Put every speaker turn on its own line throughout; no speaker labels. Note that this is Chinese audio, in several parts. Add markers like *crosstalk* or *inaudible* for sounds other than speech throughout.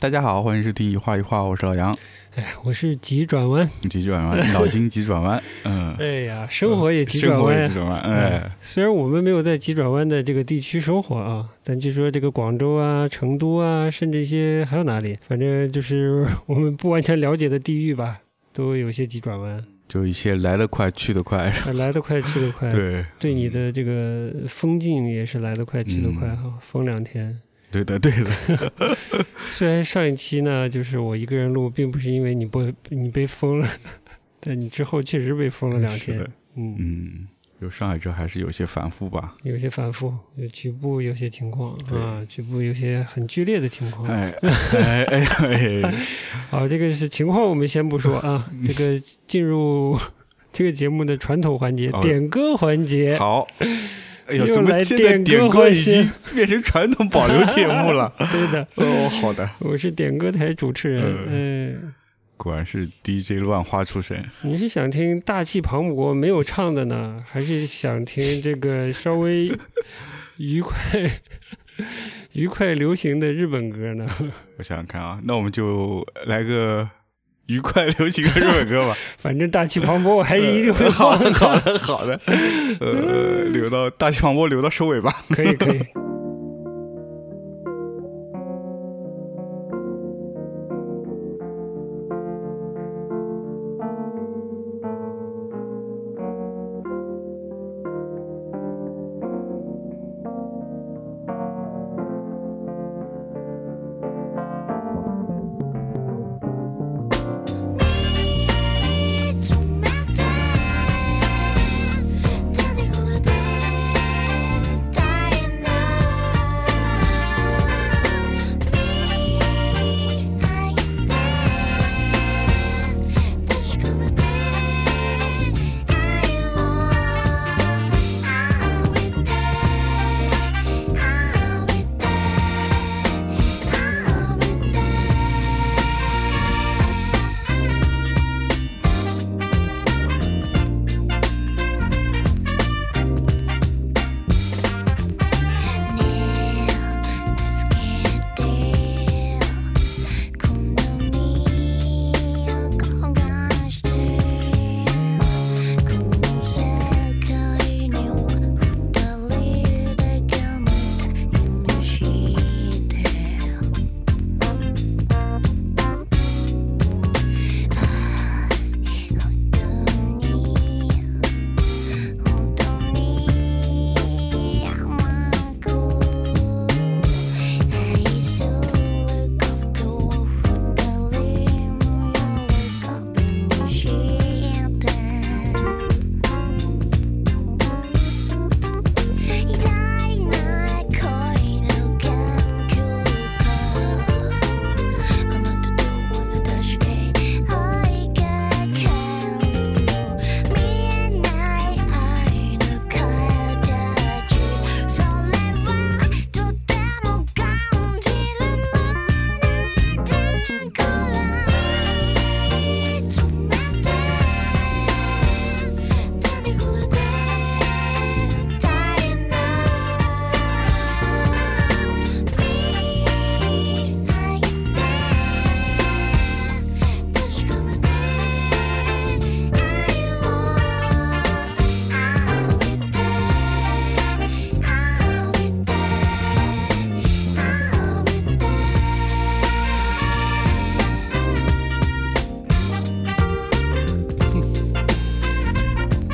大家好，欢迎收听一画一画，我是老杨。
哎， *laughs* 我是急转
*laughs*
弯。
急转
*laughs*
弯，脑筋急转弯，嗯，
哎呀，生活也急转
生活
弯
也
呀
急。转弯，哎，
虽然我们没有在急转弯的这个地区生活啊，但据说这个广州啊、成都啊，甚至一些还有哪里，反正就是我们不完全了解的地域吧，都有些急转弯，
就一些来得快去得快，
啊来得快去得快。
对，
对你的这个风景也是来得快去得快
嗯
哈、风两天。
对的，对的，
虽然上一期呢，就是我一个人录，并不是因为你不你被封了， *laughs* 但你之后确实被封了两
是
天
的，。
嗯，
嗯，有上海这还是有些反复吧，
有些反复，有局部有些情况
对
啊，局部有些很剧烈的情况。
哎哎哎哎，
*laughs* 好，这个是情况，我们先不说
*laughs*
啊，这个进入 *laughs* 这个节目的传统环节
哦，
点歌环节。
好，哎呦，
又
怎么
来
现在
点
点
歌
歌
环
已经
节
变成传统保留节目了？
*laughs* 对的，
哦，好的，
我是点歌台主持人。嗯、
果然是 DJ 乱花出身，
你是想听大气磅礴没有唱的呢，还是想听这个稍微 *laughs* 愉快、 *laughs* 愉快流行的日本歌呢？ *laughs*
我想想看啊，那我们就来个愉快流行的日本歌吧。
反正大气磅礴，我还是一定会
呃 *laughs* 好
放
的，好的，好的。呃，留到大气磅礴，留到收尾吧。
*laughs* *laughs* 可以可以。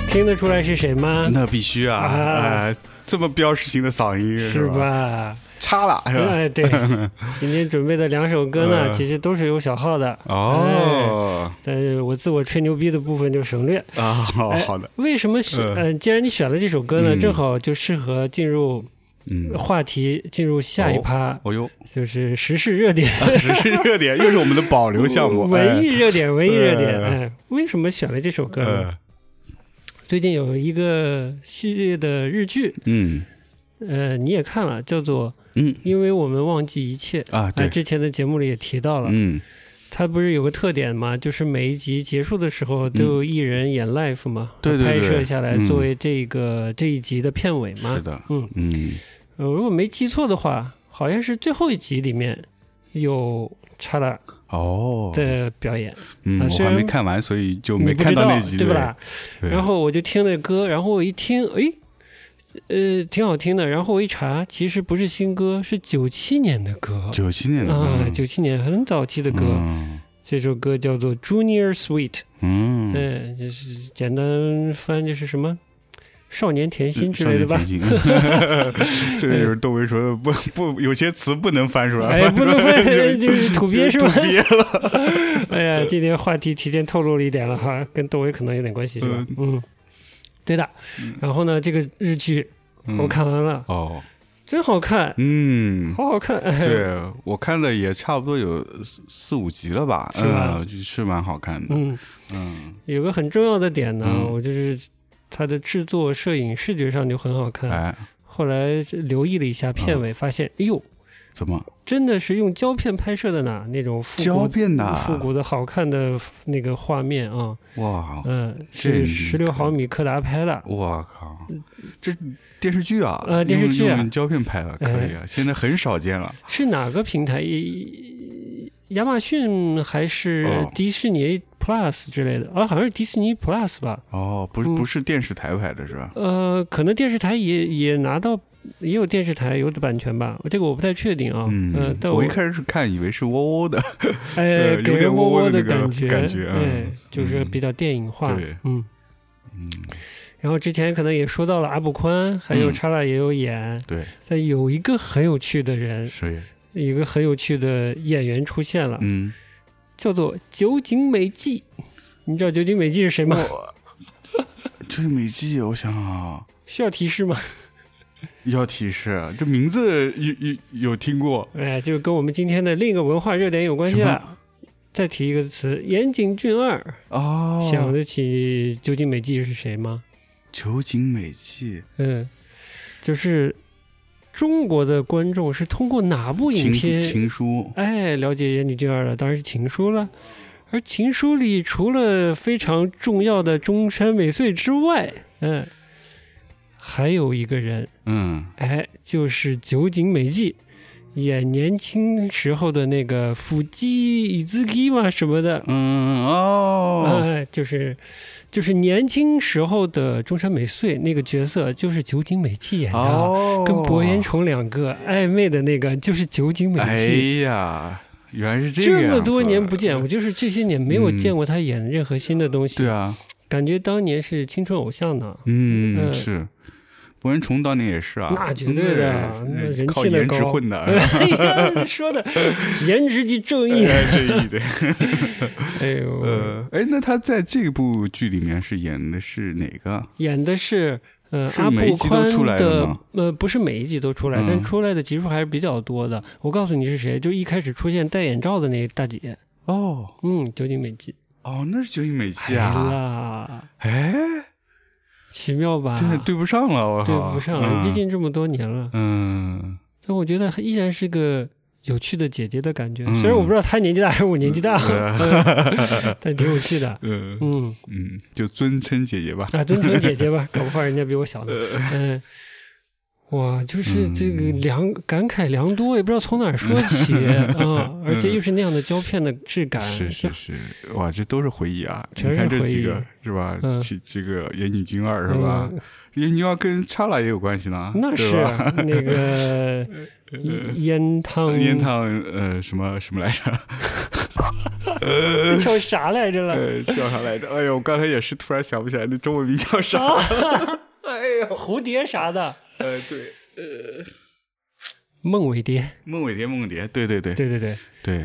听得出来是谁吗？
那必须啊！
啊
哎，这么标识性的嗓音
是
吧？
吧？
差了是吧？ *laughs*
哎，对，今天准备的两首歌呢，
呃
其实都是有小号的，
嗯哦
但是我自我吹牛逼的部分就省略。
啊，好
哎
好的，
为什么选？
呃
呃，既然你选了这首歌呢，
嗯
正好就适合进入
嗯，
话题，进入下一趴，
哦哟，
就是时事热
*laughs*
点、
只是热点，又是我们的保留项目。
*laughs*
哎
文艺热点、文艺热点。
呃
哎，为什么选了这首歌
哎，
呢？
呃，
最近有一个系列的日剧，
嗯
呃，你也看了，叫做《
嗯
因为我们忘记一切》。
啊，
哎，
对，
之前的节目里也提到了，
嗯
它不是有个特点吗？就是每一集结束的时候都有艺人演 l i f e 嘛，
嗯对对对
拍摄下来
嗯
作为这个、这一集的片尾嘛
是。的，
嗯
嗯
呃，如果没记错的话，好像是最后一集里面有查拉
哦，
的表演，
嗯，
啊
我
虽
还
然
没看完，所以就
你
没
不
看
知
到
道
那集，
对
对
不啦？
对
然后我就听那歌，然后我一听，哎，呃，挺好听的。然后我一查，其实不是新歌，是九七年的歌
九七年的
啊，
嗯
九七年很早期的歌。
嗯
这首歌叫做《Junior Sweet》，
嗯，
嗯、就是简单翻就是什么少年甜心之类的吧
少。
*laughs*
年甜心这个就是窦唯说的不不，有些词不能翻出来，
*laughs* 哎，不能翻，
就
就是土鳖是吧
*laughs* 就？憋了。
*laughs* 哎呀，今天话题提前透露了一点了哈，跟窦唯可能有点关系是吧？嗯，对的。然后呢，这个日剧
嗯
我看完了，
哦，
真好看，
嗯，
好好看。哎
对我看了也差不多有四四五集了吧，
是吧
嗯，就是蛮好看的，
*laughs* 嗯，
嗯，
有个很重要的点呢，
嗯
我就是它的制作、摄影、视觉上就很好看。
哎，嗯
后来留意了一下片尾，发现，哎呦，
怎么
真的是用胶片拍摄的呢，那种复古
胶片的啊
嗯复古的好看的那个画面啊，
哇？
嗯、
这
是十六毫米柯达拍的，
我靠，这是电视剧啊，
呃电视剧啊哎
用用胶片拍的可以啊，现在很少见了。
是哪个平台？一亚马逊还是
哦
迪士尼 Plus 之类的？啊，好像是迪士尼 Plus 吧？
哦，不是
嗯
不是电视台拍的是吧？
呃，可能电视台也也拿到，也有电视台有的版权吧，这个我不太确定啊。呃
嗯，，
但
我一开始看以为是窝窝的，
哎
呃，有
给人
点
窝
窝窝
的
的那个
觉，
感觉
哎
嗯，
就是
嗯
比较电影化，
对
嗯。
嗯，
然后之前可能也说到了阿布宽，还有
嗯
查拉也有演，
对，
但有一个很有趣的人，
是，
一个很有趣的演员出现了，
嗯，
叫做酒井美纪。你知道酒井美纪是谁吗？
这是美纪，我想想啊，
*laughs* 需要提示吗？
要提示，这名字有有有听过，
哎，就跟我们今天的另一个文化热点有关系
什
了。再提一个词，岩井俊二，
哦，
想得起酒井美纪是谁吗？
酒井美纪，
嗯，就是中国的观众是通过哪部影
情
片
情书，
哎，了解岩井俊二了，当然是《情书》了。而《情书》里除了非常重要的中山美穗之外，嗯，还有一个人，
嗯，
哎，就是酒井美纪，演年轻时候的那个腹肌伊兹基嘛什么的，
嗯哦，
哎，就是就是年轻时候的中山美穗那个角色，就是酒井美纪演的啊，
哦，
跟博彦崇两个暧昧的那个就是酒井美纪。
哎呀，原来是个
这
样
么
子啊
多年不见，我就是这些年没有
嗯
见过他演任何新的东西，
对啊，
感觉当年是青春偶像
*laughs*
呢。
嗯
呃
是。博人虫当年也是啊，嗯
那绝对的那
是
人
靠
气的
颜值
高 *laughs*
混的，
哎呀，说的颜值即正义，
哎这一点。 *laughs*
哎呦，
呃，哎，那他在这部剧里面是演的是哪个？
演的是。呃，
是
阿
每一
布
集都
宽
出来的
的
吗
呃，不是每一集都出来，
嗯
但出来的集数还是比较多的。我告诉你是谁，就一开始出现戴眼罩的那大姐，
哦
嗯，酒井美纪。
哦，那是九井美纪
哎
啊！
啦，
哎，
奇妙吧？
真的对不上了，我
对
靠
不
嗯
上了，毕竟这么多年了。
嗯，
但我觉得依然是个有趣的姐姐的感觉。
嗯
虽然我不知道她年纪大还是我年纪大， *laughs* 嗯
呃
但挺有趣的。
呃
嗯，
嗯，就尊称姐姐吧。
啊，尊称姐
*laughs*
姐吧，搞不好人家比我小呢。嗯，哇，就是这个
嗯
良感慨良多，也不知道从哪儿说
*laughs*
起啊，而且又是那样的胶片的质感，
嗯是是是，哇，这都是回忆啊！
哎全
你看
是
这几
回忆
个是吧？
嗯
这这个《岩女金二》
嗯
是吧？岩女金二跟查拉也有关系呢，
那
对
是
吧
啊
*laughs*
那个烟烫
烟烫呃什么什么来着？
*laughs* 叫啥来着了？
呃，叫啥来着？哎呦，我刚才也是突然想不起来那中文名叫
*laughs*
啥。哎呦，
*laughs* 蝴蝶啥的，
呃，对，
孟伟蝶，
孟伟蝶，孟伟蝶，对对对
对对对，
对，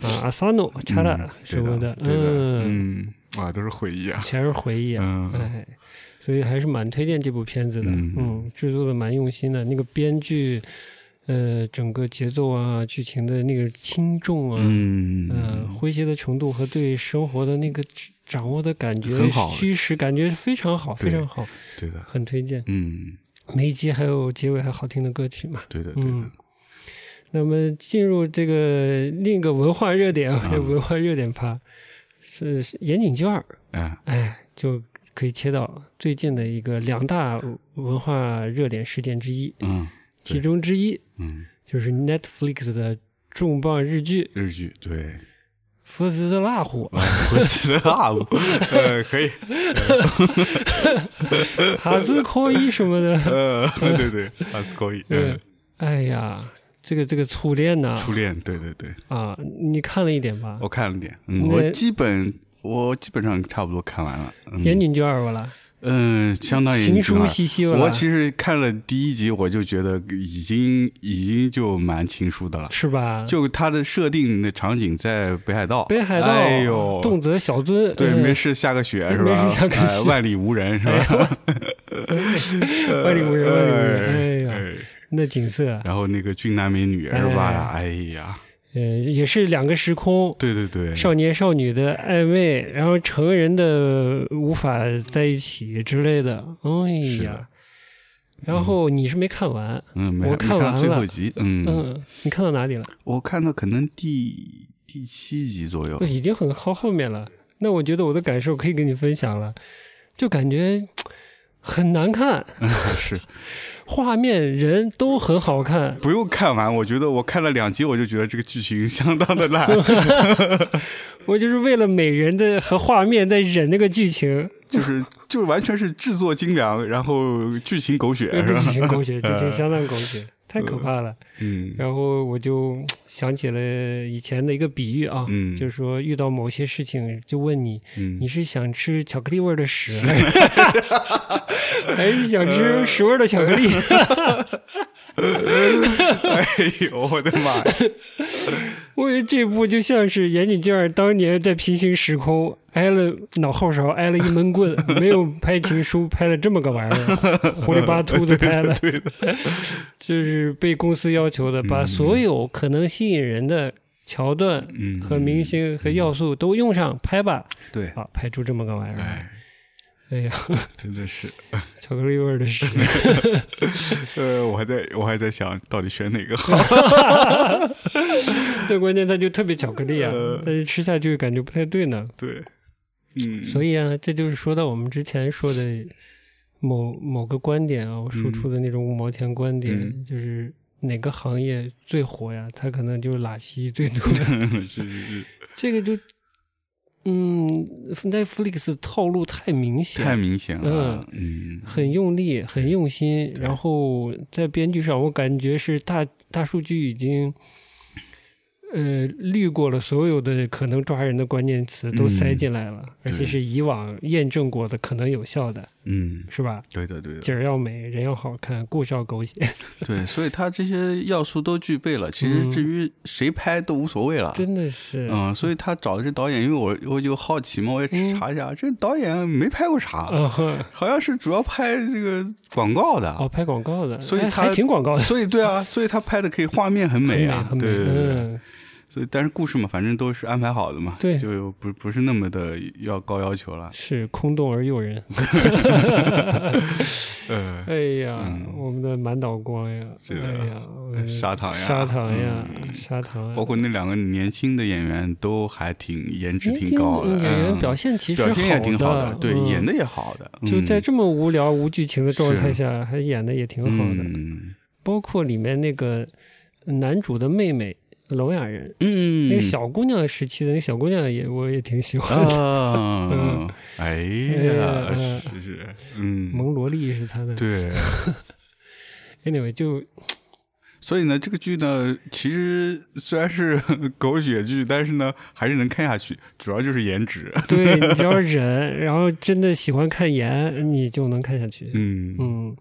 啊，阿萨诺、查
嗯
拉什么
对的，对的
嗯。
嗯，哇，都是回忆啊，
全是回忆啊，
嗯
哎，所以还是蛮推荐这部片子的，
嗯
嗯制作的蛮用心的，那个编剧，呃，整个节奏啊，剧情的那个轻重啊，
嗯
呃，诙谐的程度和对生活的那个掌掌握的感觉，
很好
虚实感觉非常好，
对
非常好，
对的，
很推荐。
嗯，
每一集还有结尾还有好听的歌曲嘛。
对的，对的
嗯，那么进入这个另一个文化热点，啊， *laughs* 文化热点趴是是岩井俊二。
哎，
哎，就可以切到最近的一个两大文化热点事件之一，
嗯
其中之一
嗯，
就是 Netflix 的重磅日剧《
日剧
*laughs*
对，
佛斯的辣火
啊，我死辣舞，呃，可以，》
《哈兹科伊》什么的。 *laughs*
呃，对对，阿斯可以，
嗯
嗯，，
哎呀，这个这个初恋呐
初恋，对对对，
啊，你看了一点吧？
我看了点，嗯，
那
我基本我基本上差不多看完了，
岩
嗯，
井俊二吧啦，
嗯，相当于
情
挺
书
好
西西吧啦
我，其实看了第一集，我就觉得已经已经就蛮情书的了。
是吧？
就它的设定的场景在北海道，
北海道，
哎呦，
动辄小樽，
对，
哎
没事下个雪是吧？
没事下个
哎
雪
万里无人是 *laughs* 吧？
万里无人，万里无人，哎呀，
哎
那景色，
然后那个俊男美女是吧？
哎
哎呀，
呃，也是两个时空，
对对对，
少年少女的暧昧，然后成人的无法在一起之类的，哎
是
呀
的。
然后你是没看完，
嗯，没
我看完
没到
了
最后一集，嗯，哦
嗯，你看到哪里了？
我看到可能第第七集左右
我，已经很靠后面了。那我觉得我的感受可以跟你分享了，就感觉很难看，
*laughs* 是
画面人都很好看，
不用看完，我觉得我看了两集，我就觉得这个剧情相当的
*laughs*
烂，
我就是为了美人的和画面在忍那个剧
*laughs*
情，
就是就完全是制作精良，然后剧情狗血
那
是
个呃剧
吧？
情狗血，剧情相当狗血，太可怕了。
嗯
然后我就想起了以前的一个比喻啊，
嗯
就是说遇到某些事情就问你，你
嗯，
是想吃巧克力味儿的 *laughs* 屎，还是想吃屎味儿的巧克力？ *laughs*
*laughs* 哎呦我的妈呀！
我觉得这部就像是岩井俊二当年在平行时空挨了脑后勺挨了一闷棍，没有拍情书，拍了这么个玩意儿，糊里巴涂的嗯拍了， *laughs* 就是被公司要求的，把所有可能吸引人的桥段
嗯，
和明星和要素都用上，拍吧，
对，
啊，拍出这么个玩意儿。
哎，
哎呀，
真的是，
巧克力味儿的屎，
呃，我还在我还在想到底选哪个
*laughs*
好，
但关键它就特别巧
*laughs*
克力啊，
呃
但是吃下去感觉不太对呢。
对，嗯，
所以啊，这就是说到我们之前说的某某个观点啊，我输出的那种五毛钱观点，
嗯
就是哪个行业最火呀？它可能就是拉稀最多。
*laughs* 是是是，
这个就，嗯，Netflix 套路太明显，
太明显了，嗯，
很用力，很用心。然后在编剧上，我感觉是大大数据已经，呃，滤过了所有的可能抓人的关键词，都
嗯
塞进来了，而
对
且是以往验证过的可能有效的，
嗯，
是吧？
对的对的，啊
景儿要美，人要好看，故事要狗血，
对，所以它这些要素都具备了，其实至于谁拍都无所谓了。
嗯真的是。
嗯，所以他找的这导演，因为我我就好奇嘛，我也
嗯
查一下，这导演没拍过啥，
啊哈，
好像是主要拍这个广告的，
哦，拍广告的，
所以
哎
他
还挺广告的，
所以对啊，所以他拍的可以画面很美啊，
很美，
对
很
对
美，
对对
嗯，
所以但是故事嘛，反正都是安排好的嘛，
对
就不不是那么的要高要求了，
是空洞而诱
*laughs*
人。
呃，
*laughs* 哎呀，我们的满岛光呀，
是的
哎呀，我们
砂糖呀，嗯
砂糖呀，嗯砂糖呀，
包括那两个年轻的演员都还挺颜值
年
挺
轻
高的，
演员
嗯
表现其实
表现也挺好
的，
对，
嗯
演的也好的，
就在
嗯
这么无聊无剧情的状态
是
下，还演的也挺好的。
嗯
包括里面那个男主的妹妹聋哑人，
嗯，
那个小姑娘时期的那个小姑娘也我也挺喜欢的，
啊，哎
嗯哎呀
呀，是是是，嗯，
蒙罗丽是她的。
对。
Anyway，就
所以呢，这个剧呢，其实虽然是 *laughs* 狗血剧，但是呢，还是能看下去，主要就是颜值。 *laughs*
对你只要忍，然后真的喜欢看颜，你就能看下去。
嗯
嗯，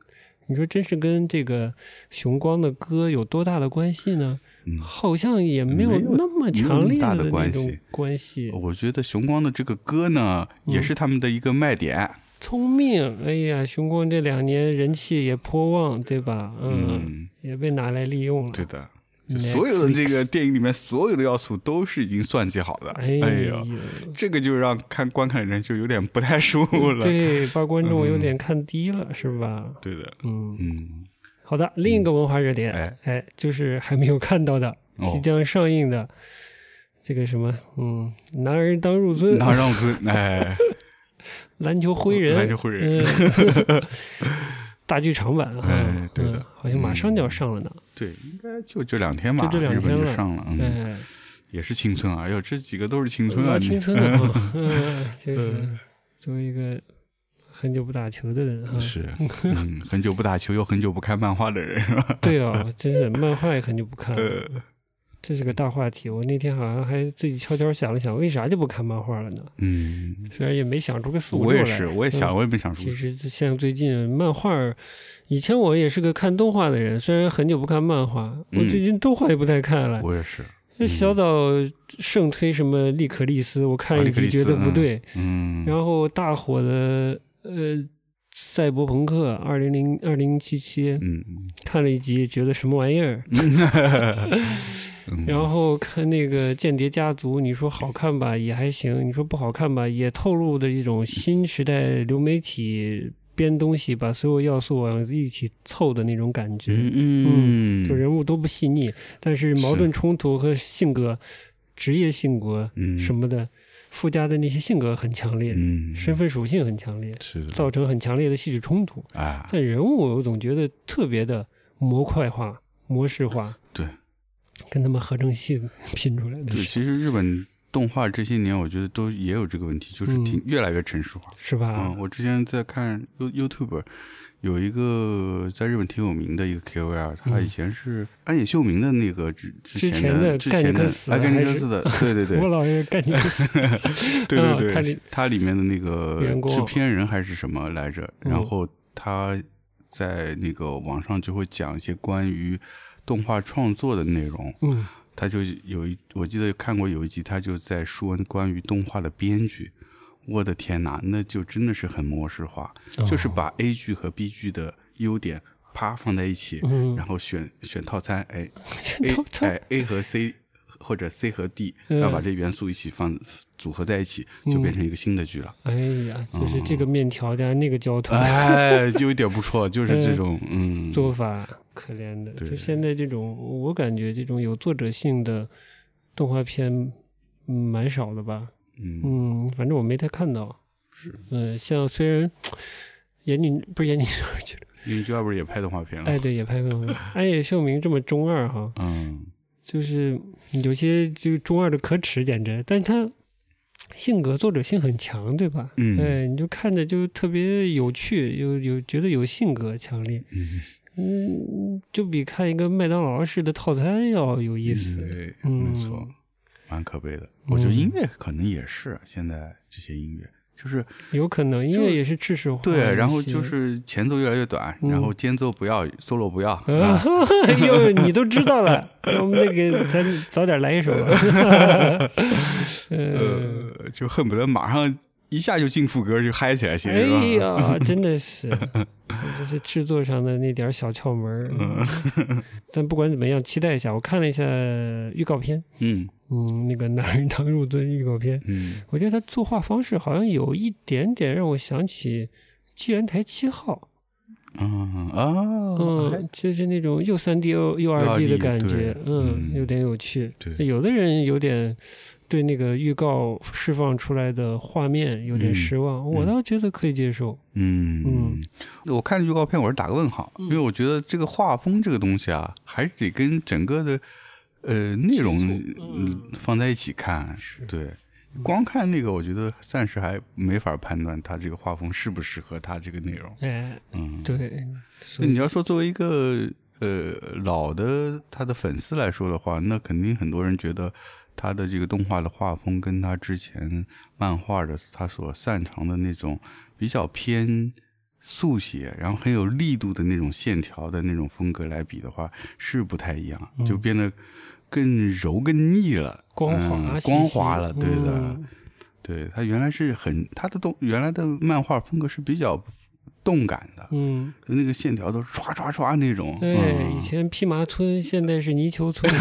你说真是跟这个熊光的歌有多大的关系呢？
嗯
好像也没有
没有
那么强
那么
烈
大的
那
关
种
系哦
关系。
我觉得熊光的这个歌呢，
嗯
也是他们的一个卖点。
聪明，哎呀，熊光这两年人气也颇旺，对吧？嗯，
嗯，
也被拿来利用了。
对的，就所有的这个电影里面所有的要素都是已经算计好的。哎
Netflix，哎
呦，这个就让看观看的人就有点不太舒服了。
对，把观众有点看低了，是吧？
对的，
嗯，
嗯，
好的，另一个文化热点，
哎
哎，就是还没有看到的，
哦
即将上映的。这个什么，嗯，男儿当入樽，
那让 *laughs* 我哎，嗯
篮球灰
*laughs*
人，
篮球灰人
嗯，大剧场版啊，
哎对的
嗯好像马上就要上了呢。
对，应该就这两天吧，
就这两
日本
天
就
了
上了，嗯，
哎，
也是青春啊，哎呦，这几个都是青春啊，
那
你
青春
*laughs*
的嘛，嗯，就是作为一个很久不打球的人啊，
*laughs* 是，嗯，很久不打球又很久不看漫画的人 *laughs* 是吧？
对哦，真是漫画也很久不看了，
啊呃，
这是个大话题。我那天好像还自己悄悄想了想，为啥就不看漫画了呢？
嗯，
虽然也没想出个四五
我
六来。
也是，我也想，
嗯
我也没想出
其，实像最近漫画儿，以前我也是个看动画的人，虽然很久不看漫画，我
嗯
最近动画也不太看了。
我也是，
那小岛盛推什么利可利斯，我看
啊
一
利可
集
利
觉
斯
得不
嗯
对，
嗯，
然后大火的呃赛博朋克二零零二零七七
嗯，
看了一集，觉得什么玩意儿？
*laughs*
*laughs*
嗯
然后看那个《间谍家族》，你说好看吧也还行，你说不好看吧也透露着一种新时代流媒体编东西，把所有要素往一起凑的那种感觉。
嗯嗯，
就人物都不细腻，但是矛
是
盾冲突和性格、职业性格
嗯
什么的附加的那些性格很强烈，
嗯，
身份属性很强烈，
是的
造成很强烈的戏剧冲突。
啊，
但人物我总觉得特别的模块化、模式化，
嗯对，
跟他们合成器 *laughs* 拼出来的
对，
是，
其实日本动画这些年，我觉得都也有这个问题，就是
嗯啊
挺、越来越城市化。
是吧
嗯，？我之前在看 You YouTube，有一个在日本挺有名的一个 KOL，他以前是安野秀明的那个之之
之
前
前的
之
干
前
尼克
的
斯
哎干尼
还
克
是
斯
*laughs*
的，对对对
我老是干你个死
*laughs* 对
啊
对
他
对
里，
他里面的那个
员工
制片人还是什么来着？
嗯
然后他在那个网上就会讲一些关于动画创作的内容。
嗯
他就有一，我记得看过有一集，他就在说关于动画的编剧。我的天呐，那就真的是很模式化，就是
哦
把 A 剧和 B 剧的优点啪放在一起，
嗯
然后选选套餐，哎
选 *laughs* 套餐
，A 哎 A 和 C 或者 C 和 D，
嗯
然后把这元素一起放组合在一起，
嗯
就变成一个新的
*laughs*
剧了。
哎呀，就是这个面条加那
*laughs*
个浇头。
嗯哎，就有点不错，就是这种嗯，
哎做法，可怜的。
对
就现在这种，我感觉这种有作者性的动画片，嗯，蛮少的吧。
嗯
嗯，反正我没太看到。
是，
嗯，像虽然岩井不是 *laughs* 岩井俊二去了，
因为 j o 不是也拍动画片了
哎，，对，也拍 *laughs* 过。安野秀明这么中二哈，
嗯
就是有些就中二的可耻，简直。但是他性格作者性很强，对吧？
嗯
哎，你就看着就特别有趣，有有觉得有性格强烈。
嗯，
嗯，就比看一个麦当劳式的套餐要有意思。
对，
嗯
没错，蛮可悲的。我觉得音乐可能也是现
嗯
在这些音乐，就是
有可能，因为也是知识化。
对，然后就。是前奏越来越短，
嗯
然后间奏不要，solo 不要，
啊， *laughs*
啊
哟，你都知
*laughs*
道了，那我们那个咱早点来一首吧。 *laughs* 呃，
呃，就恨不得马上一下就进副歌就嗨起来先，
哎 *laughs*
是吧？
呀，真的是，这 *laughs* 就是制作上的那点儿小窍门儿。 *laughs* 但不管怎么样，期待一下。我看了一下预告片，
嗯
嗯，那个《男人当入樽》预告片， *laughs*
嗯
我觉得他作画方式好像有一点点让我想起纪元台七号，
嗯啊，
嗯，就是那种又三 D 又又二 D 的感觉
对，
嗯，
嗯
有点有趣。
对
有的人有点对那个预告释放出来的画面有点
嗯
失望，我
嗯
倒觉得可以接受。
嗯
嗯，
我看预告片我是打个问号，因为我觉得这个画风这个东西啊，还得跟整个的呃内容
制作嗯
嗯放在一起看。对，光看那个我觉得暂时还没法判断它这个画风适不适合它这个内容。
哎，
嗯，
对，所
那
以
你要说作为一个呃老的他的粉丝来说的话，那肯定很多人觉得他的这个动画的画风跟他之前漫画的他所擅长的那种比较偏速写，然后很有力度的那种线条的那种风格来比的话，是不太一样，就变得更柔更腻了，
嗯光滑
嗯
细
光
细
滑了，对的。
嗯
对他原来是很他的动原来的漫画风格是比较动感的，
嗯，
那个线条都是唰唰唰那种。
哎，
嗯
以前披麻村，现在是泥鳅
*laughs*
村。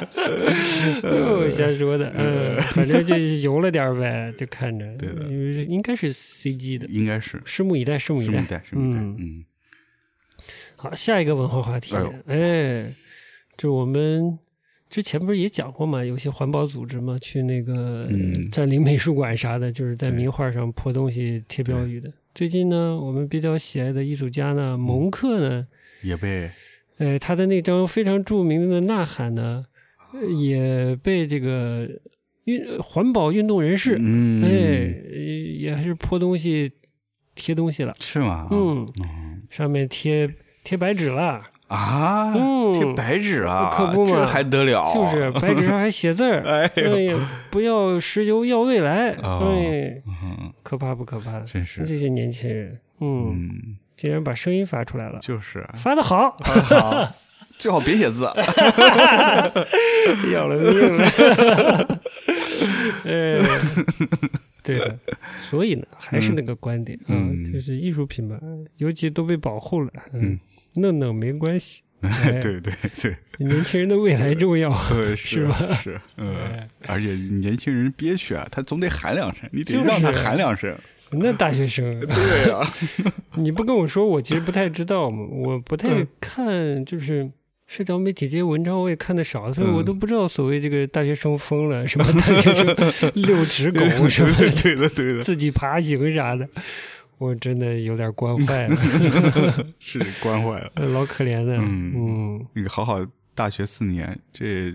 *laughs* 又瞎说的，嗯，反正就是游了点儿呗，就看着。
对的
因为应该是 CG 的，
应该是
拭目以待，拭目以
拭目以待，拭目以待。
嗯，
嗯
好，下一个文化话题
哎呦，
哎，就我们。之前不是也讲过嘛，有些环保组织嘛，去那个
嗯
占领美术馆啥的，就是在
对
名画上泼东西、贴标语的。最近呢，我们比较喜爱的艺术家呢，
嗯
蒙克呢，
也被
呃，他的那张非常著名的《呐喊》呢，呃也被这个运环保运动人士，
嗯，
哎，也还是泼东西、贴东西了，
是吗？
嗯，
嗯
上面贴贴白纸了，
啊，
嗯
贴白纸啊，
可不嘛
这还得了？，
就是白纸上还写字儿
哦哎呦
哎呀，不要石油，要未来，
哦
哎，
嗯，
可怕不可怕？
真是
这些年轻人，嗯，
嗯，
竟然把声音发出来了，
就是啊，
发的
*laughs*
好，
好，最好别写字。
要了命
*laughs*
了，哎，对的。所以呢，还是那个观点啊
嗯，
就是艺术品嘛，尤其都被保护了，嗯，弄弄没关系，哎
对对对，
年轻人的未来重
*laughs*
要。
呃，
是
吧？是，嗯，而且年轻人憋屈啊，他总得喊两声，你得
就是
让他喊两声。
那大学生，
对呀，
你不跟我说，我其实不太知道嘛，我不
嗯
太看，就是。社交媒体这些文章我也看的少，所以我
嗯
都不知道所谓这个大学生疯了，什么大学生 *laughs* 遛只狗什么的，
对的对的，
自己爬行啥的，我真的有点惯坏了， *laughs*
是关怀了。
老可怜的。
嗯
嗯，
那个好好大学四年，这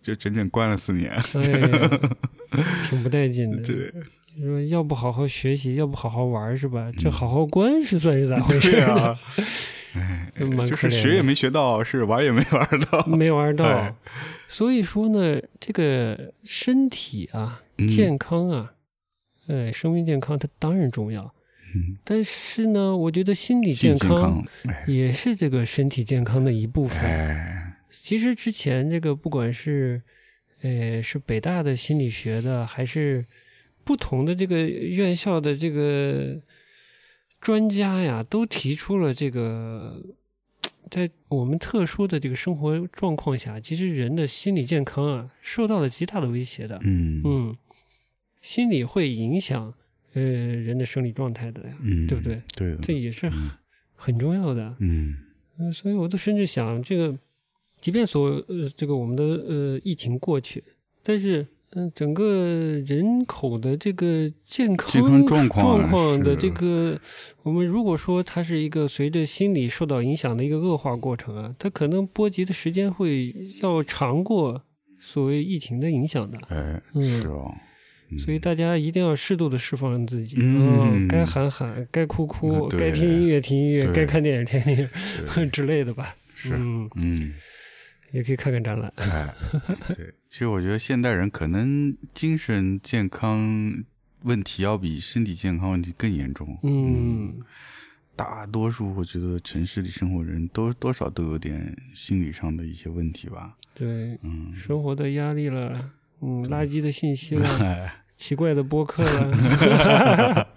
这整整关了四年。
哎
*laughs*
呀，挺不带劲的。 *laughs*
对，
你说要不好好学习，要不好好玩是吧？这好好关是算是咋回
嗯
事
对？ *laughs* 啊，哎，
*laughs* 蛮可怜的
就是学也没学到，是玩也没玩
*laughs*
到。
没玩到。
哎
所以说呢，这个身体啊，
嗯
健康啊，哎，生命健康它当然重要，
嗯
但是呢，我觉得心理
性
健
健
康
康，哎
也是这个身体健康的一部分。
哎，
其实之前这个不管是，呃，是北大的心理学的，还是不同的这个院校的这个专家呀，都提出了这个，在我们特殊的这个生活状况下，其实人的心理健康啊，受到了极大的威胁的。
嗯
嗯，心理会影响呃人的生理状态的呀，
嗯，
对不对？
对的，
这也是很很重要的。
嗯
嗯，所以我都甚至想，这个即便所呃这个我们的呃疫情过去，但是嗯、整个人口的这个健康
健康状况
状况的
是
这个，我们如果说它是一个随着心理受到影响的一个恶化过程啊，它可能波及的时间会要长过所谓疫情的影响的。
哎，
嗯
是哦，嗯
所以大家一定要适度的释放自己，哦
嗯
该喊喊，该哭哭，
嗯对
该听音乐听音乐，
对
该看电影看电影 *laughs*
对
之类的吧。
是
嗯，
嗯。
也可以看看展览。
哎，对，其实我觉得现代人可能精神健康问题要比身体健康问题更严重。
嗯，
大多数我觉得城市里生活人都多少都有点心理上的一些问题吧。
对，
嗯，
生活的压力了，嗯，垃圾的信息了，
*laughs* 哎，
奇怪的播客
*laughs*
*laughs* 了，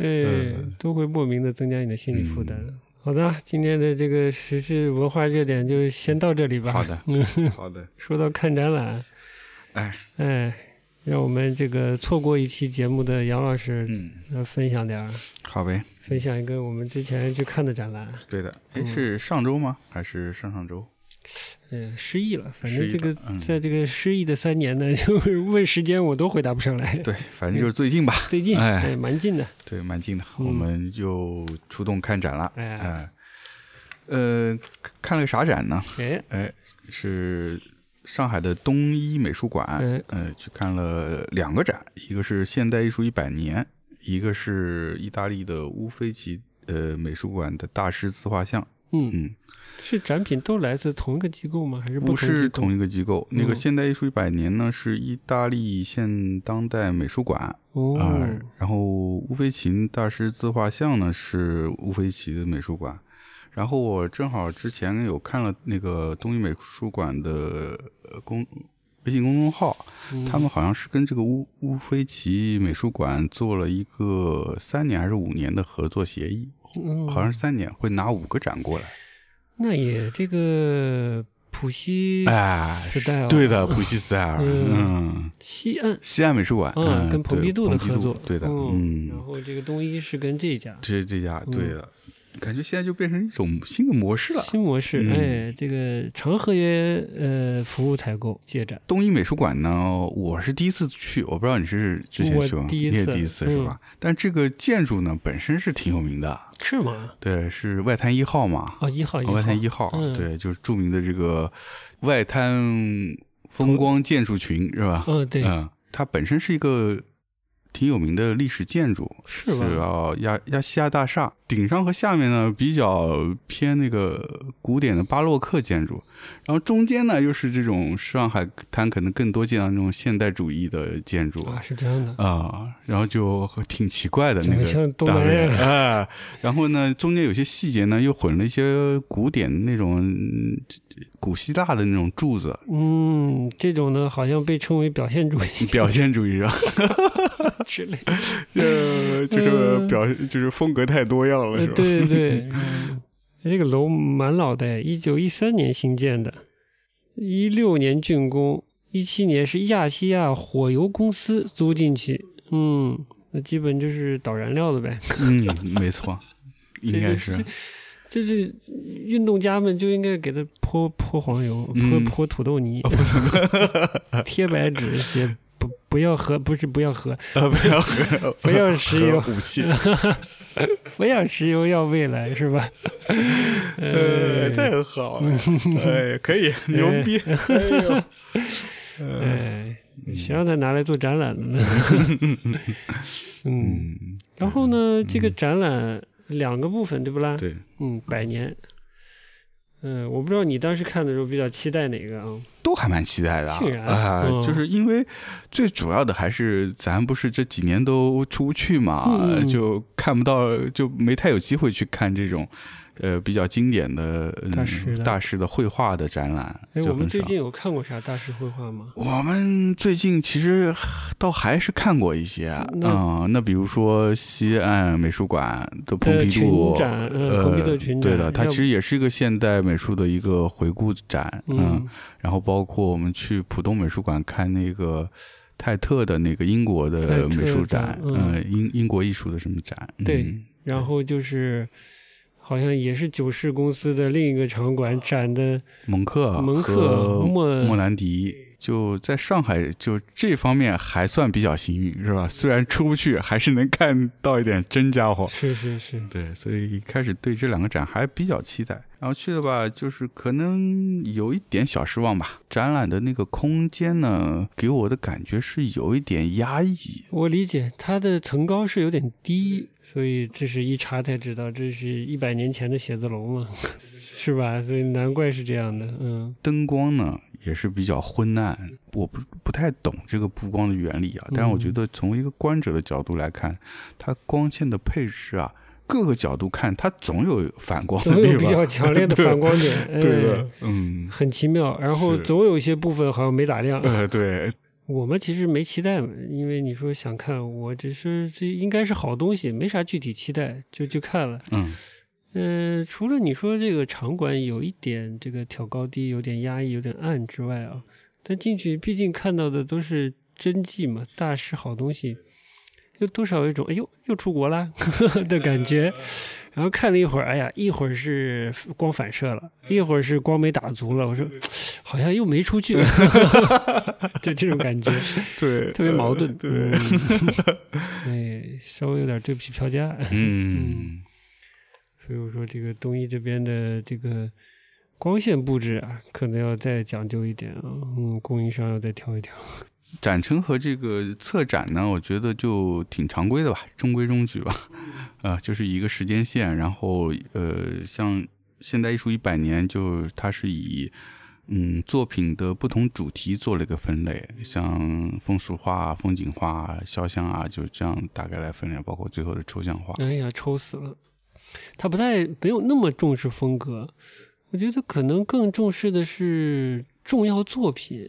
哎，
嗯
都会莫名的增加你的心理负担。好的，今天的这个时事文化热点就先到这里吧。
好
*laughs*
的
嗯，
好的，
说到看展览，
哎，
哎，让我们这个错过一期节目的杨老师，
嗯，
呃，分享点儿，
好呗，
分享一个我们之前去看的展览。
对的。哎，是上周吗？还是上上周？
嗯，失忆了，反
失
正
忆
这个
了嗯
在这个失忆的三年呢， *laughs* 就是问时间我都回答不上来。
对，反正就是最近吧。
最近
哎
哎，蛮近的，
对，蛮近的，
嗯
我们就出动看展了。
哎
哎，呃，看了个啥展呢？
哎，
哎，是上海的东一美术馆，
哎
呃，去看了两个展，一个是现代艺术一百年，一个是意大利的乌菲齐呃美术馆的大师自画像。
嗯，
嗯，
是展品都来自同一个机构吗？还是
不
同机
是
构
同一个机构，那个
嗯
现代艺术一百年呢是意大利现当代美术馆啊、
哦，
然后乌菲齐大师自画像呢是乌菲齐的美术馆。然后我正好之前有看了那个东一美术馆的呃公微信公众号，
嗯
他们好像是跟这个乌乌菲齐美术馆做了一个三年还是五年的合作协议，
嗯
好像是三年，会拿五个展过来。
那也这个浦西
哎，
时代哦，
对
*laughs*
的，普希斯埃尔，
嗯
嗯，
西岸，
西安美术馆，
嗯，
对
跟蓬
蓬
皮
皮
杜的合作，
对的，
嗯，然
嗯，
后这个东一是跟这家，
这这家对的，感觉现在就变成一种新的模式了。
新模式，
嗯
哎，这个长合约呃服务采购借展，
东一美术馆呢，我是第一次去，我不知道你是之前去吗？
我
你
第一
也
次嗯
第一次是吧？但这个建筑呢，本身是挺有名的，
是吗？
对，是外滩一号嘛，
哦，一号，一号，
外滩一号，
嗯
对，就是著名的这个外滩风光建筑群是吧？
嗯，对，
嗯，它本身是一个挺有名的历史建筑，
是吧
是啊，亚亚细亚大厦顶上和下面呢比较偏那个古典的巴洛克建筑，然后中间呢又是这种上海滩可能更多见到那种现代主义的建筑
啊，是这样的，
啊，然后就挺奇怪的那
怎么
个
像东
大
南
卫
亚
啊，然后呢，中间有些细节呢，又混了一些古典那种嗯古希腊的那种柱子，
嗯，这种呢好像被称为表现主
*laughs*
义
表现主义上，
之类的，
*laughs* 呃，就是表就是风格太多样了，
呃
是吧？ *laughs*
对对对，嗯这个楼蛮老的，一九一三年新建的，一六年竣工，一七年是亚细亚火油公司租进去，嗯，那基本就是导燃料的呗。 *laughs*
嗯，没错，应该是
这个 *laughs* 就是运动家们就应该给他泼泼黄油，泼、
嗯
泼土
*laughs*
豆泥，贴白纸写不不要核，不是不要核，
呃，不要和
不要石油
和武 *laughs* 器，
不要石油，要未来是吧？
呃，太好了， *laughs* 哎，可以，牛逼，哎 *laughs* 呦，呃，
哎，谁让他拿来做展览
*laughs*
的呢？嗯，
嗯，
然后呢，这个展览两个部分对不啦？
对，
嗯，百年。嗯，我不知道你当时看的时候比较期待哪个啊？
*laughs* 都还蛮期待的啊
竟然
啊、
嗯
就是因为最主要的还是咱不是这几年都出不去嘛，
嗯嗯
就看不到，就没太有机会去看这种呃比较经典的、嗯、
大师的
大师的绘画的展览，
哎，
就
我们
很少
最。近有看过啥大师绘画吗？
我们最近其实倒还是看过一些，
那
嗯，那比如说西岸美术馆的蓬
呃
皮杜
群展，呃，蓬皮
呃
杜群展，，
对的，它
要
其实也是一个现代美术的一个回顾展，嗯
嗯，
然后包括我们去浦东美术馆看那个泰特的那个英国
泰
的
特的
美术展，
嗯
呃，英英国艺术的什么展？
对
嗯
然后就是好像也是九世公司的另一个场馆展的，
蒙克、
蒙克
莫
莫
兰迪，就在上海，就这方面还算比较幸运，是吧？虽然出不去，还是能看到一点真家伙。
是是是，
对，所以一开始对这两个展还比较期待，然后去了吧，就是可能有一点小失望吧。展览的那个空间呢，给我的感觉是有一点压抑，
我理解它的层高是有点低，所以这是一查才知道，这是一百年前的写字楼嘛， *laughs* 是吧？所以难怪是这样的，嗯
*laughs* 灯光呢也是比较昏暗，我不不太懂这个布光的原理啊，
嗯
但是我觉得从一个观者的角度来看，它光线的配置啊，各个角度看它总有反光的
总
地
有比较
方，
强烈的
对
反光
*laughs*
点，
对
哎
的，
*laughs*
嗯，
很奇妙，然后
是
总有一些部分好像没咋亮。
呃，对，
*laughs* 我们其实没期待嘛，因为你说想看，我只是这应该是好东西，没啥具体期待，就就看了。
嗯，
呃，除了你说这个场馆有一点这个挑高低，有点压抑，有点暗之外啊，但进去毕竟看到的都是真迹嘛，大师好东西，又多少有一种哎呦又出国啦 *laughs* 的感觉。然后看了一会儿，哎呀，一会儿是光反射了，一会儿是光没打足了，我说好像又没出去，就这种感觉。
对，
特别矛盾，
对
嗯， *laughs* 哎，稍微有点对不起票价，
嗯，
所以我说这个东一这边的这个光线布置啊，可能要再讲究一点啊，嗯，供应商要再调一调，
展陈和这个策展呢，我觉得就挺常规的吧，中规中矩吧， *laughs* 呃，就是一个时间线，然后呃，像现代艺术一百年，就它是以嗯作品的不同主题做了一个分类，像风俗画、风景画、肖像啊，就这样大概来分类，包括最后的抽象画。
哎呀，抽死了，他不太没有那么重视风格，我觉得可能更重视的是重要作品。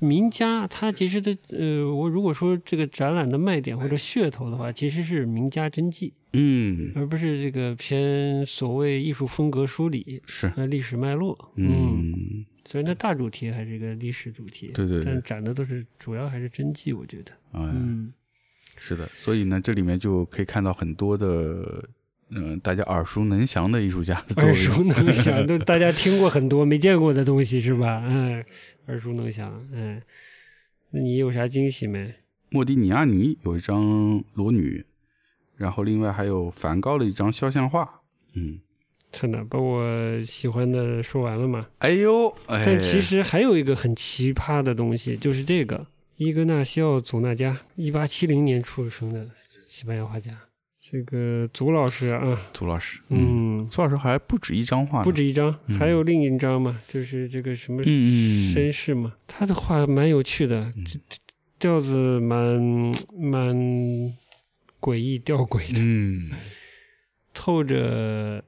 名家，他其实的呃，我如果说这个展览的卖点或者噱头的话，其实是名家真迹。
嗯，
而不是这个偏所谓艺术风格梳理
是，
和历史脉络。，
嗯，
所以它大主题还是一个历史主题，
对对对
但展的都是主要还是真迹，我觉得。
哎，
嗯，
是的，所以呢，这里面就可以看到很多的嗯、大家耳熟能详的艺术 *laughs* 家的作
耳
品。
熟能详，都大家听过很多没见过的东西是吧？嗯，耳熟能详。嗯，那你有啥惊喜没？
莫迪尼亚尼有一张裸女，然后另外还有梵高的一张肖像画。嗯，
真的把我喜欢的说完了嘛？
哎呦，哎，
但其实还有一个很奇葩的东西，就是这个伊格纳西奥·祖纳加，一八七零年出生的西班牙画家。这个祖老师啊，
涂老师，嗯，
嗯，
涂老师还不止一张画呢，
不止一张，
嗯
还有另一张嘛，就是这个什么
嗯嗯嗯嗯
绅士嘛，他的画蛮有趣的，这调子蛮蛮诡异吊诡
*laughs*
的，
嗯，
透着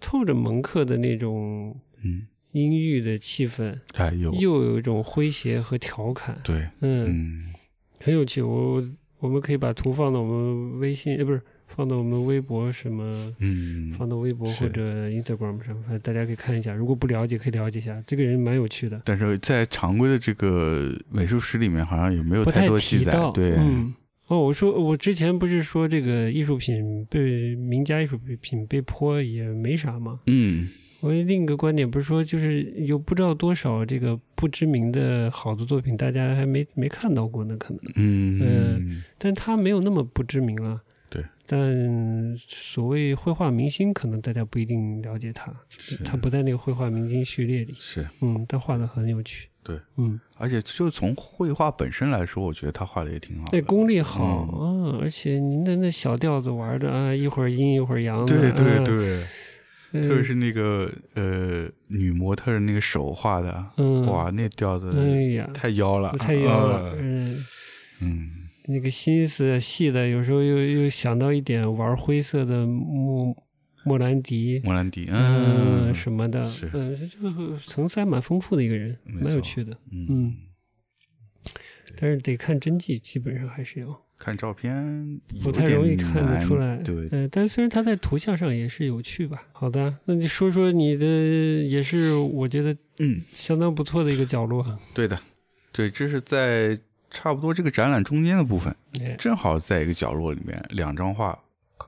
透着蒙克的那种
嗯，
阴郁的气氛，
哎呦，
又有一种诙谐和调侃，
对，
嗯，
嗯，
很有趣。我我们可以把图放到我们微信，呃，不是放到我们微博什么。
嗯，
放到微博
是
或者 Instagram 上，反正大家可以看一下。如果不了解，可以了解一下。这个人蛮有趣的，
但是在常规的这个美术史里面，好像也没有
不太
多记
提
载
到。。
对，
嗯，哦，我说我之前不是说这个艺术品被名家艺术品被泼也没啥吗？
嗯，
我另一个观点不是说，就是有不知道多少这个不知名的好的作品，大家还没没看到过呢，可能，呃
嗯，
但他没有那么不知名了。
对，
但所谓绘画明星，可能大家不一定了解他，
是
他不在那个绘画明星序列里。
是，
嗯，但画的很有趣。
对，
嗯，
而且就从绘画本身来说，我觉得他画的也挺好的。
对，功力好，嗯，而且您的那小调子玩的啊，一会儿阴一会儿阳的，
对对
啊，
对，
呃
特别是那个呃女模特的那个手画的，
嗯，
哇，那调
哎
子
呀，
太妖了，
太妖了，
呃
嗯，
嗯，
那个心思细的，有时候又又想到一点玩灰色的莫莫兰迪，
莫兰迪，
嗯，
嗯，
什么的
是，
嗯，这个层次还蛮丰富的一个人，
没
蛮
错
有趣的，
嗯
嗯，但是得看真迹，基本上还是要
看照片有
不太容易
点
看得
难
出来。
对，
呃，但虽然它在图像上也是有趣吧。好的，那你说说你的，也是我觉得
嗯，
相当不错的一个角落。
对的，对，这是在差不多这个展览中间的部分，
哎，
正好在一个角落里面，两张画，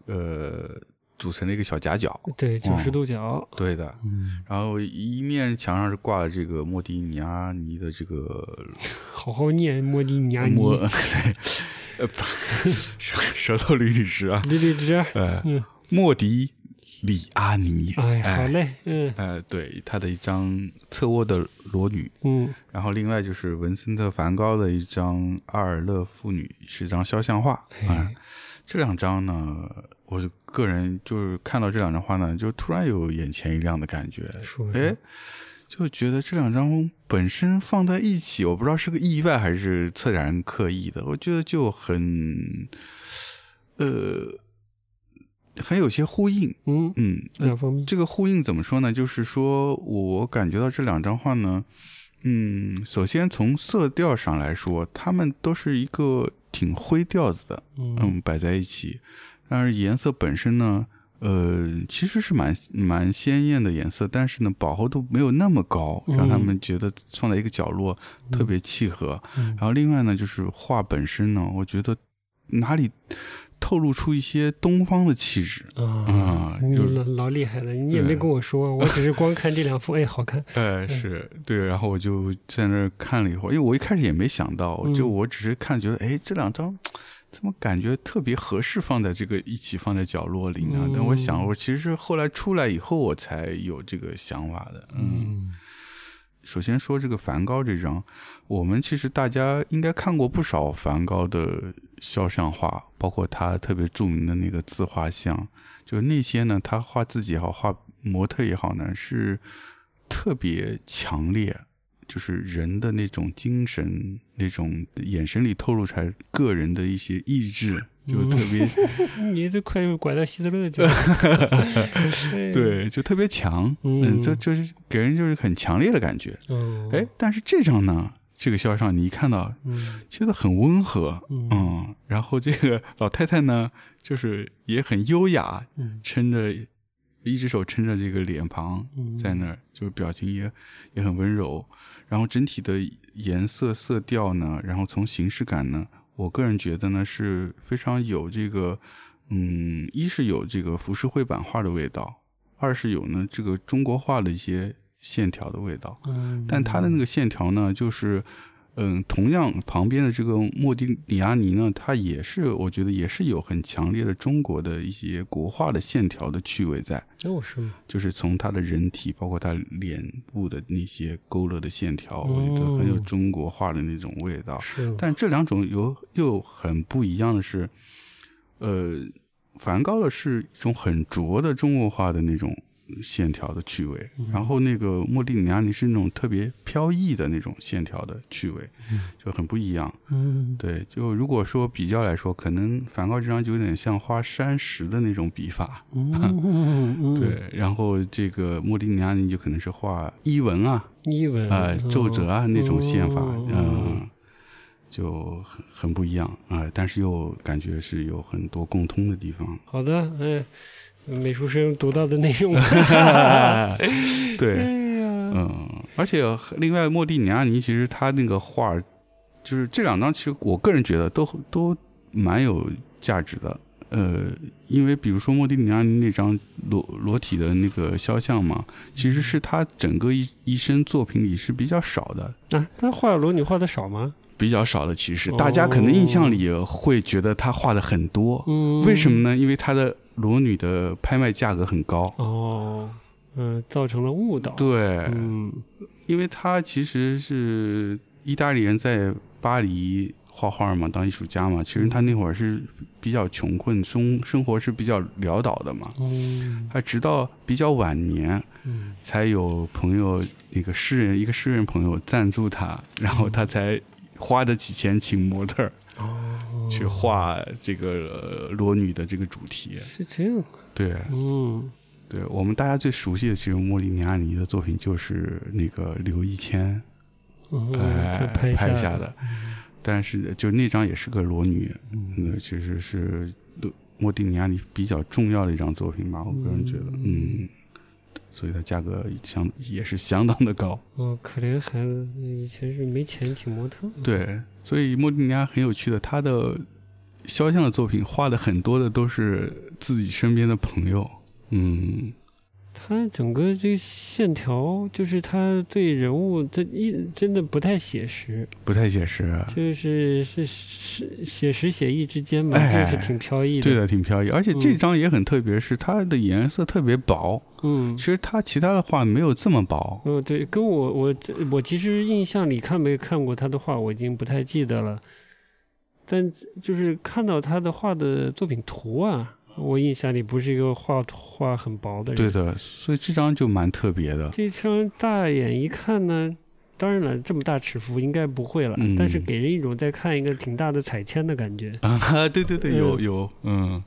呃，组成了一个小夹角。
对，九十
哦
度角，
对的，
嗯，
然后一面墙上是挂了这个莫迪尼亚尼的这个
好好念莫迪尼亚尼，
莫，呃， *laughs* 不舌舌头捋捋直啊，
捋捋直。
呃
嗯，
莫迪里阿尼，
哎，好嘞，嗯
呃，对，他的一张侧卧的裸女，
嗯
然后另外就是文森特·梵高的一张《阿尔勒妇女》是一张肖像画啊、
哎
这两张呢，我个人就是看到这两张画呢，就突然有眼前一亮的感觉，
说说
哎，就觉得这两张本身放在一起，我不知道是个意外还是策展人刻意的，我觉得就很，呃，很有些呼应，
嗯，
嗯，那
哪方面？
这个呼应怎么说呢？就是说我感觉到这两张画呢，嗯，首先从色调上来说，它们都是一个挺灰调子的，
嗯
嗯，摆在一起。但是颜色本身呢，呃，其实是蛮蛮鲜艳的颜色，但是呢，饱和度没有那么高，
嗯
让他们觉得放在一个角落特别契合。
嗯
然后另外呢，就是画本身呢，我觉得哪里透露出一些东方的气质。
啊
啊，
你
就是
老老厉害了，你也没
对
跟我说，啊我只是光看这两幅，哎，好看。
哎，是对，然后我就在那儿看了一会儿，因为我一开始也没想到，就
嗯
我只是看觉得，哎，这两张怎么感觉特别合适放在这个一起放在角落里呢？但我想，
嗯
我其实是后来出来以后我才有这个想法的。嗯，
嗯
首先说这个梵高这张，我们其实大家应该看过不少梵高的肖像画，包括他特别著名的那个自画像，就那些呢，他画自己也好，画模特也好呢，是特别强烈，就是人的那种精神、那种眼神里透露出来个人的一些意志，就特别、
嗯你这快拐到希特勒去了。哎，
*laughs* 对，就特别强，
嗯
这就是给人就是很强烈的感觉。
哦，
哎，但是这张呢，这个肖像你一看到，
嗯
觉得很温和，
嗯
嗯，然后这个老太太呢，就是也很优雅，
嗯
撑着一只手撑着这个脸庞，
嗯，
在那儿，就是表情也也很温柔，然后整体的颜色色调呢，然后从形式感呢，我个人觉得呢是非常有这个嗯，一是有这个浮世绘版画的味道，二是有呢这个中国画的一些线条的味道。
嗯，
但它的那个线条呢，就是，嗯，同样旁边的这个莫迪里亚尼呢，它也是我觉得也是有很强烈的中国的一些国画的线条的趣味在，
哦是吗？
就是从他的人体，包括他脸部的那些勾勒的线条，我觉得很有
哦
中国画的那种味道。
是吗，
但这两种有又很不一样的是，呃，梵高的是一种很拙的中国画的那种线条的趣味，然后那个莫蒂里亚尼是那种特别飘逸的那种线条的趣味，就很不一样。 *laughs*
嗯
对，就如果说比较来说，可能梵高这张就有点像花山石的那种笔法，
嗯嗯嗯，
对，然后这个莫蒂里亚尼就可能是画衣纹啊，
译文
呃，皱褶啊那种线法，
嗯哦
嗯、就很很不一样啊、但是又感觉是有很多共通的地方。
好的，哎，美术生读到的内
*laughs*
容，啊
对，
哎呀，
嗯，而且另外，莫蒂尼亚尼其实他那个画儿，就是这两张，其实我个人觉得都都蛮有价值的。呃，因为比如说莫蒂尼亚尼那张裸裸体的那个肖像嘛，其实是他整个一一生作品里是比较少的，
啊，他画裸女画的少吗？
比较少的，其实
哦
大家可能印象里会觉得他画的很多，
嗯，
为什么？呢？因为他的裸女的拍卖价格很高。
哦，嗯、造成了误导。，
对，
嗯
因为他其实是意大利人在巴黎画画嘛，当艺术家嘛。其实他那会儿是比较穷困，生生活是比较潦倒的嘛。
嗯
他直到比较晚年，
嗯，
才有朋友那个诗人一个诗人朋友赞助他，然后他才花得起钱请模特儿。
哦，
去画这个呃裸女的这个主题。
是这样。
对，
嗯，
对我们大家最熟悉的其实莫里尼亚尼的作品就是那个刘一谦
嗯，
哎
这拍
拍
下
的，但是就那张也是个裸女，
嗯，
那其实是莫蒂尼亚尼比较重要的一张作品吧，我个人觉得，嗯
嗯，
所以它价格相也是相当的高。
哦，可怜孩子，以前是没钱请模特。
对，所以莫蒂尼亚很有趣的，他的肖像的作品画的很多的都是自己身边的朋友，嗯，
他整个这个线条，就是他对人物这一真的不太写实，
不太写实。啊
就是是是写实写意之间吧，
哎
这个是挺飘逸的。
对，的，挺飘逸，而且
嗯
这张也很特别，是它的颜色特别薄。
嗯
其，实它其他的画没有这么薄，
哦，对，跟我我我其实印象里看没看过他的画，我已经不太记得了。但就是看到他的画的作品图啊，我印象里不是一个画画很薄的人。
对的，所以这张就蛮特别 *laughs*
*laughs*
的。
这双大眼一看呢，当然了，这么大尺幅应该不会了，
嗯
但是给人一种在看一个挺大的彩铅的感觉，
啊，对对对，有
嗯
有，嗯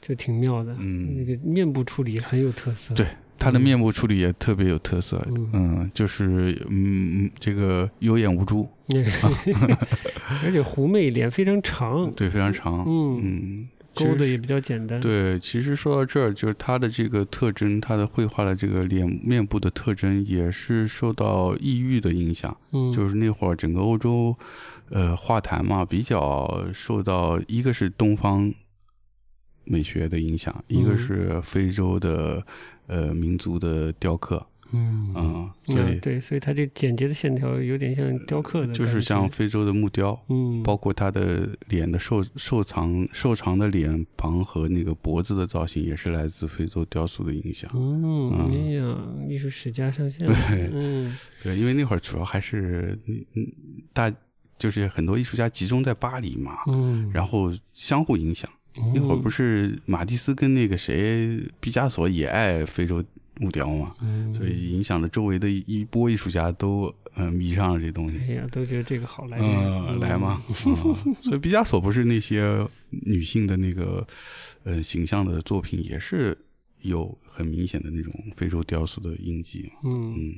就挺妙的。那
嗯，
个面部处理很有特色。
对他的面部处理也特别有特色，
嗯 *laughs*
嗯，就是嗯嗯这个有眼无珠，
而且狐媚脸非常长，
对，非常长，
嗯，
嗯，其
勾
实
的也比较简单。
对，其实说到这儿，就是他的这个特征，他的绘画的这个脸面部的特征，也是受到异域的影响。
嗯，
就是那会儿整个欧洲，呃，画坛嘛，比较受到一个是东方美学的影响，一个
嗯
是非洲的呃民族的雕刻，
嗯
嗯，所
嗯，
以
对，所以它这简洁的线条有点像雕刻的，
就是像非洲的木雕，
嗯，
包括他的脸的瘦瘦长瘦长的脸庞和那个脖子的造型，也是来自非洲雕塑的影响。
嗯，
嗯
哎呀，艺术史家上线了，嗯
对，因为那会儿主要还是嗯嗯大，就是很多艺术家集中在巴黎嘛，
嗯，
然后相互影响。
后
那会儿不是马蒂斯跟那个谁毕加索也爱非洲木雕嘛，
嗯，
所以影响了周围的一一波艺术家都呃迷上了这东西。
哎呀，都觉得这个好来着，
嗯，来嘛，嗯所以毕加索不是那些女性的那个呃形象的作品也是有很明显的那种非洲雕塑的印记嘛。
嗯，
嗯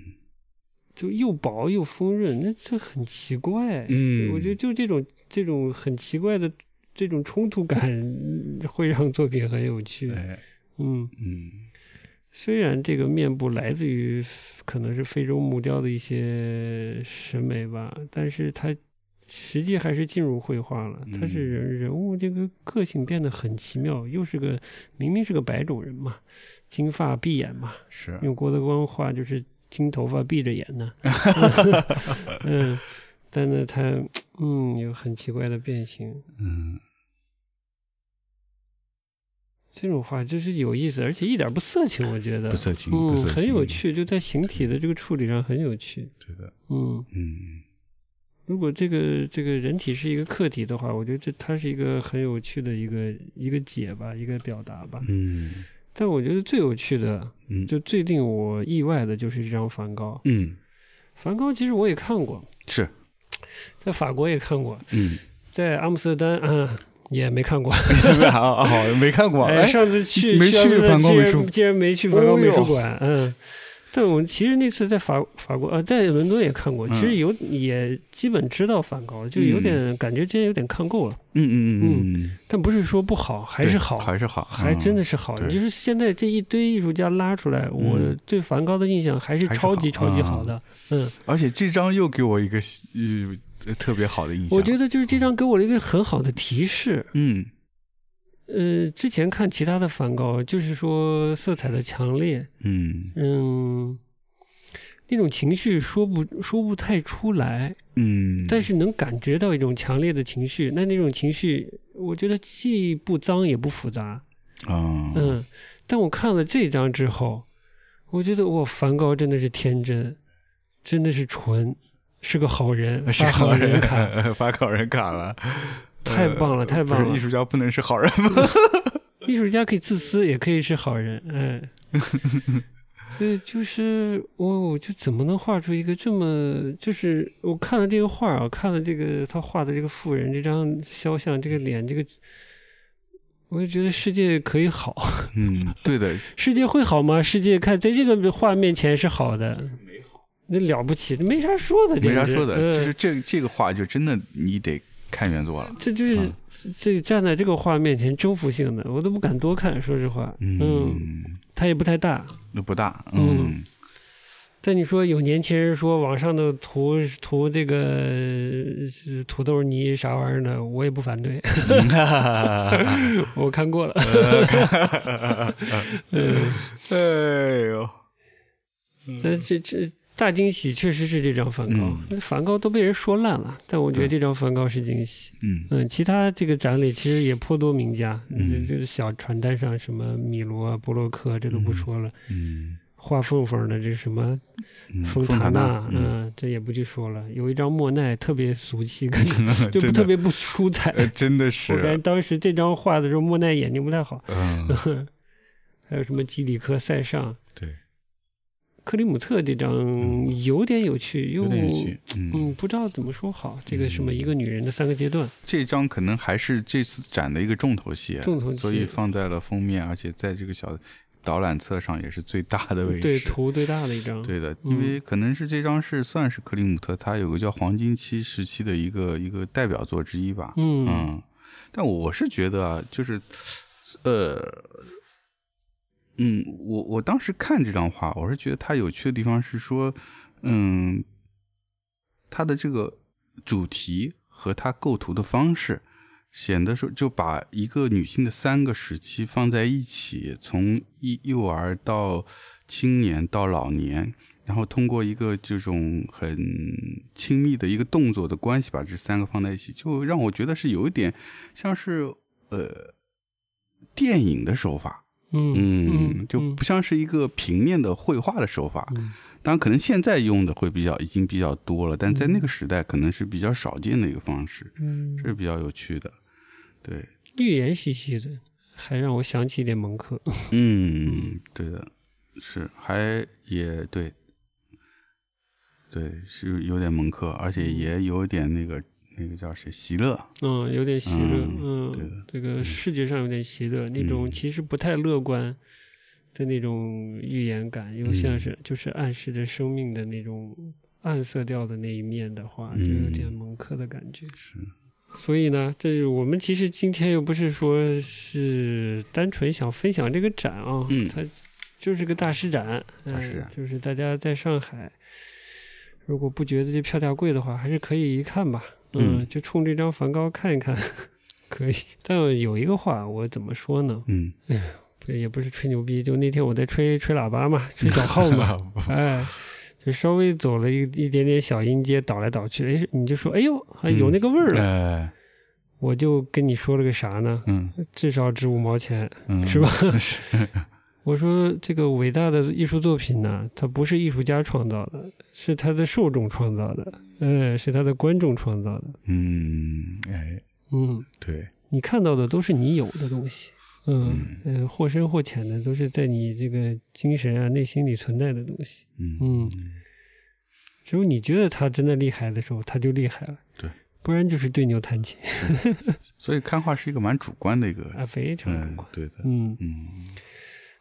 就又薄又丰润，那这很奇怪，
嗯
我觉得就这种这种很奇怪的这种冲突感， *laughs* 嗯会让作品很有趣，
哎
嗯，
嗯
虽然这个面部来自于可能是非洲木雕的一审美吧，但是它实际还是进入绘画了。
嗯
他是人人物这个个性变得很奇妙，又是个明明是个白种人嘛，金发碧眼嘛，
是
用郭德纲话就是金头发闭着眼
*laughs*
呢。 *laughs* 嗯，但呢他嗯有很奇怪的变形，
嗯
这种画真是有意思，而且一点不色情，我觉得
不色情不
嗯
色情
很有趣，就在形体的这个处理上很有趣，
对的，
嗯。
嗯
如果这个这个人体是一个客体的话，我觉得这它是一个很有趣的一个一个解吧，一个表达吧。
嗯
但我觉得最有趣的，
嗯
就最令我意外的就是这张梵高。
嗯
梵高其实我也看过，
是
在法国也看过， *laughs*
嗯，
在阿姆斯特丹 *coughs* 嗯也没看过。
好好没看过
哎，上次去
没去
阿姆斯特丹
梵高
竟然
美术
竟然没去梵高
哦
美
哟
术馆，嗯。但我们其实那次在法法国呃，在伦敦也看过，
嗯
其实有、也基本知道梵高，就有点、
嗯
感觉之前有点看够了。
嗯嗯嗯嗯，
但不是说不好，还是
对
好，
还是好，
还真的
嗯
是好。
对嗯
你就是现在这一堆艺术家拉出来，我对梵高的印象还是
还是
超级
好
超级
嗯
好的。嗯，
而且这张又给我一个呃特别好的印象，
我觉得就是这张给我了一个很好的提示。
嗯
呃，之前看其他的梵高，就是说色彩的强烈，
嗯
嗯，那种情绪说不说不太出来，
嗯，
但是能感觉到一种强烈的情绪。那那种情绪，我觉得既不脏也不复杂。
啊
嗯，但我看了这张之后，我觉得哇，梵高真的是天真，真的是纯，是个好人，
是
把好
*laughs*
人看，
发好人卡了，
太棒了，太
不
棒
是艺！
了
术家不能是好人
*laughs*
吗？
艺术家可以自私，也可以是好人，嗯。所以就是我，我就怎么能画出一个这么就是我看了这个画啊，看了这个他画的这个妇人这张肖像，这个脸，这个，我就觉得世界可以好，
嗯，对的，
世界会好吗？世界看在这个画面前是好的，那了不起，没啥说的，
没啥
简直
说的，
嗯
就是这这个话就真的你得看原作了。
这就是、
嗯
这站在这个画面前征服性的，我都不敢多看，说实话，嗯，
嗯，
它也不太大。
那不大，
嗯但你说有年轻人说网上的涂涂这个呃土豆泥啥玩意儿的，我也不反对， *laughs*
嗯，
我看过了。
哎呦，
但这这大惊喜确实是这张梵高，
嗯
那梵高都被人说烂了，但我觉得
对
这张梵高是惊喜。
嗯
嗯，其他这个展里其实也颇多名家，
嗯
这就是小传单上什么米罗啊、布洛克这都不说了，
嗯
画凤凰的这什么
嗯，
丰
塔
塔纳，
嗯，
嗯，这也不去说了。有一张莫奈特别俗气，感觉 *laughs*
*laughs* 嗯
就
真
不
的
特别不出彩。
呃，真的
我感觉
是，
当时这张画的时候，莫奈眼睛不太好。
嗯，
还有什么基里克、塞尚、
对，
克里姆特这张
嗯
有点有趣，又
有点有趣，嗯
嗯，不知道怎么说好。这个什么一个女人的三个阶段，
这张可能还是这次展的一个重头戏，
重头戏
所以放在了封面，而且在这个小导览册上也是最大的位置。
对图最大的一张，
对的，
嗯
因为可能是这张是算是克里姆特他有个叫黄金期时期的一个一个代表作之一吧。
嗯
嗯，但我是觉得啊，就是，呃，嗯，我我当时看这张画，我是觉得它有趣的地方是说，嗯，它的这个主题和它构图的方式，显得说就把一个女性的三个时期放在一起，从一幼儿到青年到老年，然后通过一个这种很亲密的一个动作的关系，把这三个放在一起，就让我觉得是有一点像是呃电影的手法，
嗯
就不像是一个平面的绘画的手法。
嗯
当然，可能现在用的会比较已经比较多了，但在那个时代可能是比较少见的一个方式，
嗯
这是比较有趣的。对，
绿颜兮兮的，还让我想起一点蒙克。
嗯，对的，是还也对，对是有点蒙克，而且也有点那个那个叫谁席勒，
嗯，有点喜乐，
嗯
嗯，
对的
这个视觉上有点喜乐，那种
嗯
其实不太乐观的那种预言感，
嗯
又像是就是暗示着生命的那种暗色调的那一面的话，就有点
嗯
蒙克的感觉。
是
所以呢，这是我们其实今天又不是说是单纯想分享这个展啊，
嗯
它就是个大师展，嗯、
大师展
就是大家在上海，如果不觉得这票价贵的话，还是可以一看吧。嗯，
嗯
就冲这张梵高看一看， *laughs* 可以。但有一个话，我怎么说呢？
嗯，
不也不是吹牛逼，就那天我在吹吹喇叭
*laughs*
嘛，吹小号嘛，哎，就稍微走了一一点点小音阶，倒来倒去，哎，你就说，哎呦，还有那个味儿了。
哎，
我就跟你说了个啥呢？
嗯
至少值五毛钱。
嗯，
是吧？ *laughs*
*laughs* 是，
我说这个伟大的艺术作品呢，它不是艺术家创造的，是他的受众创造的，呃，是他的观众创造的。
嗯，哎，
嗯，
对，
你看到的都是你有的东西，嗯，呃，或深或浅的都是在你这个精神啊、内心里存在的东西。
嗯
嗯，只有你觉得他真的厉害的时候，他就厉害了。
对，
不然就是对牛弹琴
所以看画是一个蛮主观的一个，
啊，非常不
嗯
管。，
对的，
嗯，
嗯，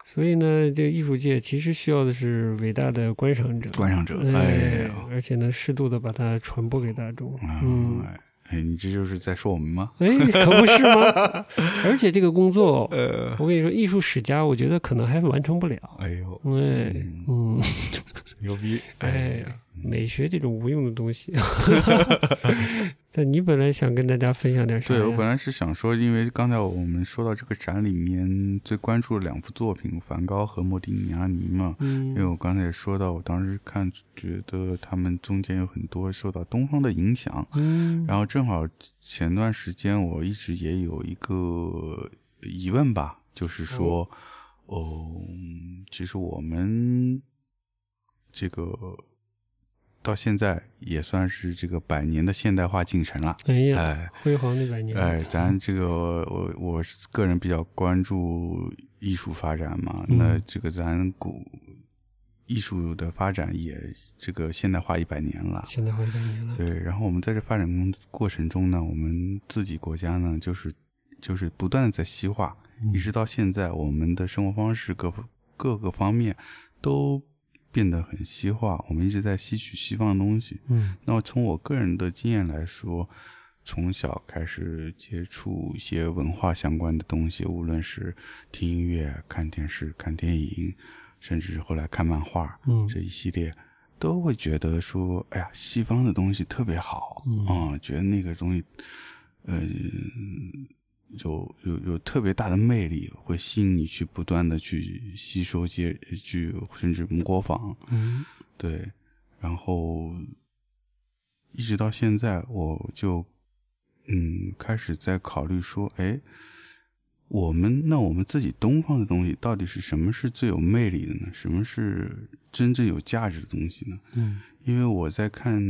所以呢，这个艺术界其实需要的是伟大的观赏者。
观赏者，哎
哎
呦，，
而且呢，适度的把它传播给大众。嗯，
哎，哎，你这就是在说我们吗？
哎，可不是吗？ *laughs* 而且这个工作，
*laughs* 呃，
我跟你说，艺术史家，我觉得可能还完成不了。
哎呦，
哎，嗯， *laughs*
牛逼，
哎
呀，，
美学这种无用的
*laughs*
东西。但你本来想跟大家分享点哎啥呀？
对我本来是想说，因为刚才我们说到这个展里面最关注的两幅作品，梵高和莫蒂尼阿尼嘛。因为
嗯
我刚才也说到，我当时看觉得他们中间有很多受到东方的影响，
嗯
然后正好前段时间我一直也有一个疑问吧，就是说，哦，嗯其实我们这个到现在也算是这个百年的现代化进程了，
哎呀，
哎
辉煌的百年，
哎，咱这个我我是个人比较关注艺术发展嘛，
嗯
那这个咱古艺术的发展也这个现代化一百年了，
现在好几百年了。
对，然后我们在这发展过过程中呢，我们自己国家呢，就是就是不断的在西化，
嗯
一直到现在，我们的生活方式各各个方面都变得很西化，我们一直在吸取西方的东西。
嗯
那么从我个人的经验来说，从小开始接触一些文化相关的东西，无论是听音乐、看电视、看电影，甚至后来看漫画，
嗯
这一系列，都会觉得说，哎呀，西方的东西特别好，
嗯
啊、觉得那个东西，呃，有有有特别大的魅力，会吸引你去不断的去吸收、接去甚至模仿，
嗯
对，然后一直到现在，我就嗯开始在考虑说，哎，我们那我们自己东方的东西到底是什么是最有魅力的呢？什么是真正有价值的东西呢？
嗯
因为我在看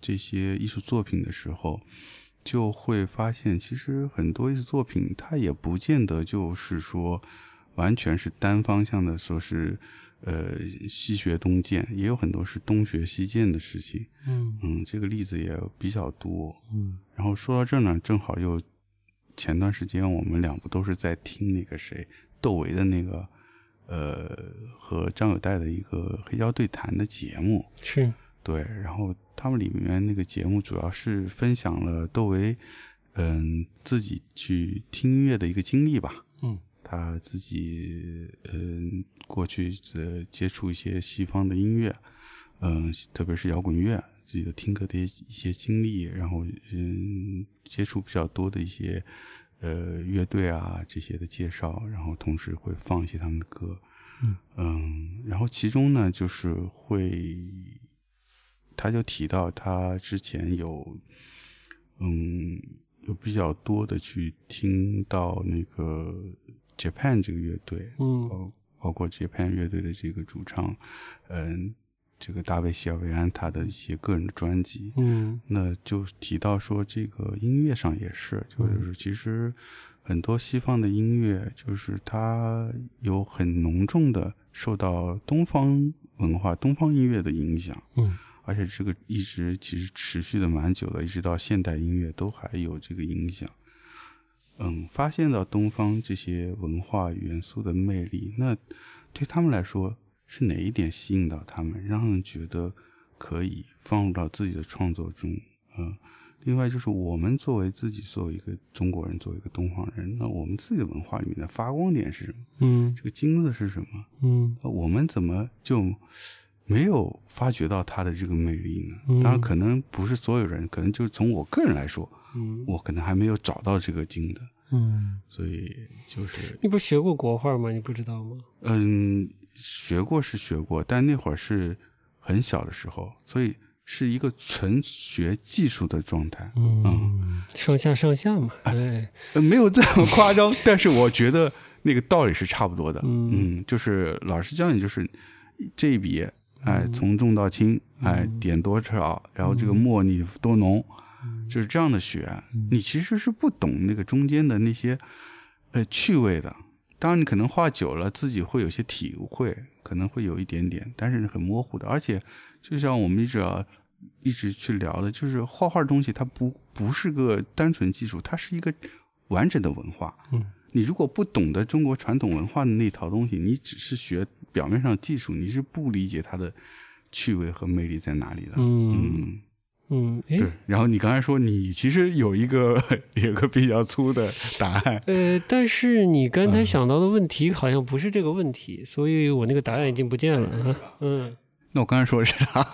这些艺术作品的时候，就会发现，其实很多艺术作品它也不见得就是说完全是单方向的，说是呃西学东渐，也有很多是东学西渐的事情。
嗯
嗯，这个例子也比较多。
嗯
然后说到这儿呢，正好又前段时间我们两部都是在听那个谁窦唯的那个呃和张友代的一个黑胶对谈的节目。
是
对，然后他们里面那个节目主要是分享了窦唯，嗯，自己去听音乐的一个经历吧。
嗯
他自己嗯，过去呃接触一些西方的音乐，嗯，特别是摇滚乐，自己的听歌的一些经历，然后嗯，接触比较多的一些呃乐队啊这些的介绍，然后同时会放一些他们的歌，
嗯
然后其中呢就是会，他就提到他之前有嗯，有比较多的去听到那个 Japan 这个乐队，
嗯
包包括 Japan 乐队的这个主唱，嗯，这个大卫席尔维安他的一些个人的专辑，
嗯
那就提到说这个音乐上也是，就是其实很多西方的音乐，就是它有很浓重的受到东方文化、东方音乐的影响。
嗯
而且这个一直其实持续的蛮久的，一直到现代音乐都还有这个影响。嗯，发现到东方这些文化元素的魅力，那对他们来说是哪一点吸引到他们，让他们觉得可以放入到自己的创作中？嗯，另外就是我们作为自己作为一个中国人，作为一个东方人，那我们自己的文化里面的发光点是什么？
嗯
这个金子是什么？
嗯
我们怎么就没有发掘到它的这个魅力呢
嗯？
当然，可能不是所有人，可能就是从我个人来说，
嗯
我可能还没有找到这个经的，
嗯，
所以就是
你不是学过国画吗？你不知道吗？
嗯，学过是学过，但那会儿是很小的时候，所以是一个纯学技术的状态，
嗯，上下上下嘛，哎，
呃没有这么夸张， *laughs* 但是我觉得那个道理是差不多的。
嗯
嗯，就是老师教你，就是这一笔，哎，从重到轻，哎，点多少，然后这个墨你多浓，就是这样的学。你其实是不懂那个中间的那些呃趣味的。当然，你可能画久了，自己会有些体会，可能会有一点点，但是很模糊的。而且，就像我们一直要一直去聊的，就是画画东西，它不不是个单纯技术，它是一个完整的文化。
嗯，
你如果不懂得中国传统文化的那套东西，你只是学表面上技术，你是不理解它的趣味和魅力在哪里的。
嗯嗯，哎，
对。然后你刚才说你其实有一个 *laughs* 有一个比较粗的答案，
呃，但是你刚才想到的问题好像不是这个问题，所以我那个答案已经不见了啊。嗯，
那我刚才说的是啥？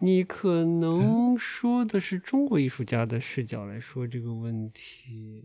你可能说的是中国艺术家的视角来说这个问题。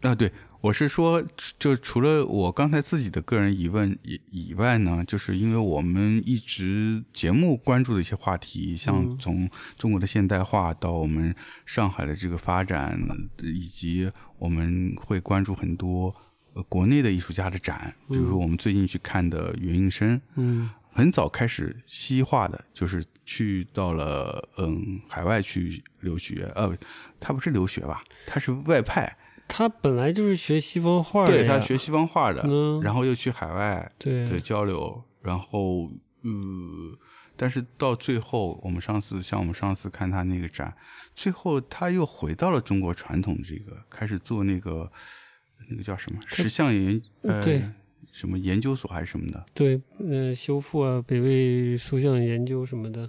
啊，对，我是说，就除了我刚才自己的个人疑问以以外呢，就是因为我们一直节目关注的一些话题，像
嗯
从中国的现代化到我们上海的这个发展，以及我们会关注很多呃国内的艺术家的展，比如说我们最近去看的袁应生，
嗯
很早开始西化的，就是去到了嗯海外去留学，呃，他不是留学吧，他是外派，
他本来就是学西方画的
对
呀，
他学西方画的，
嗯
然后又去海外
对
对交流，然后呃，但是到最后，我们上次像我们上次看他那个展，最后他又回到了中国传统这个，开始做那个那个叫什么石像研呃
嗯对
什么研究所还是什么的，
对，呃，修复啊，北魏塑像研究什么的，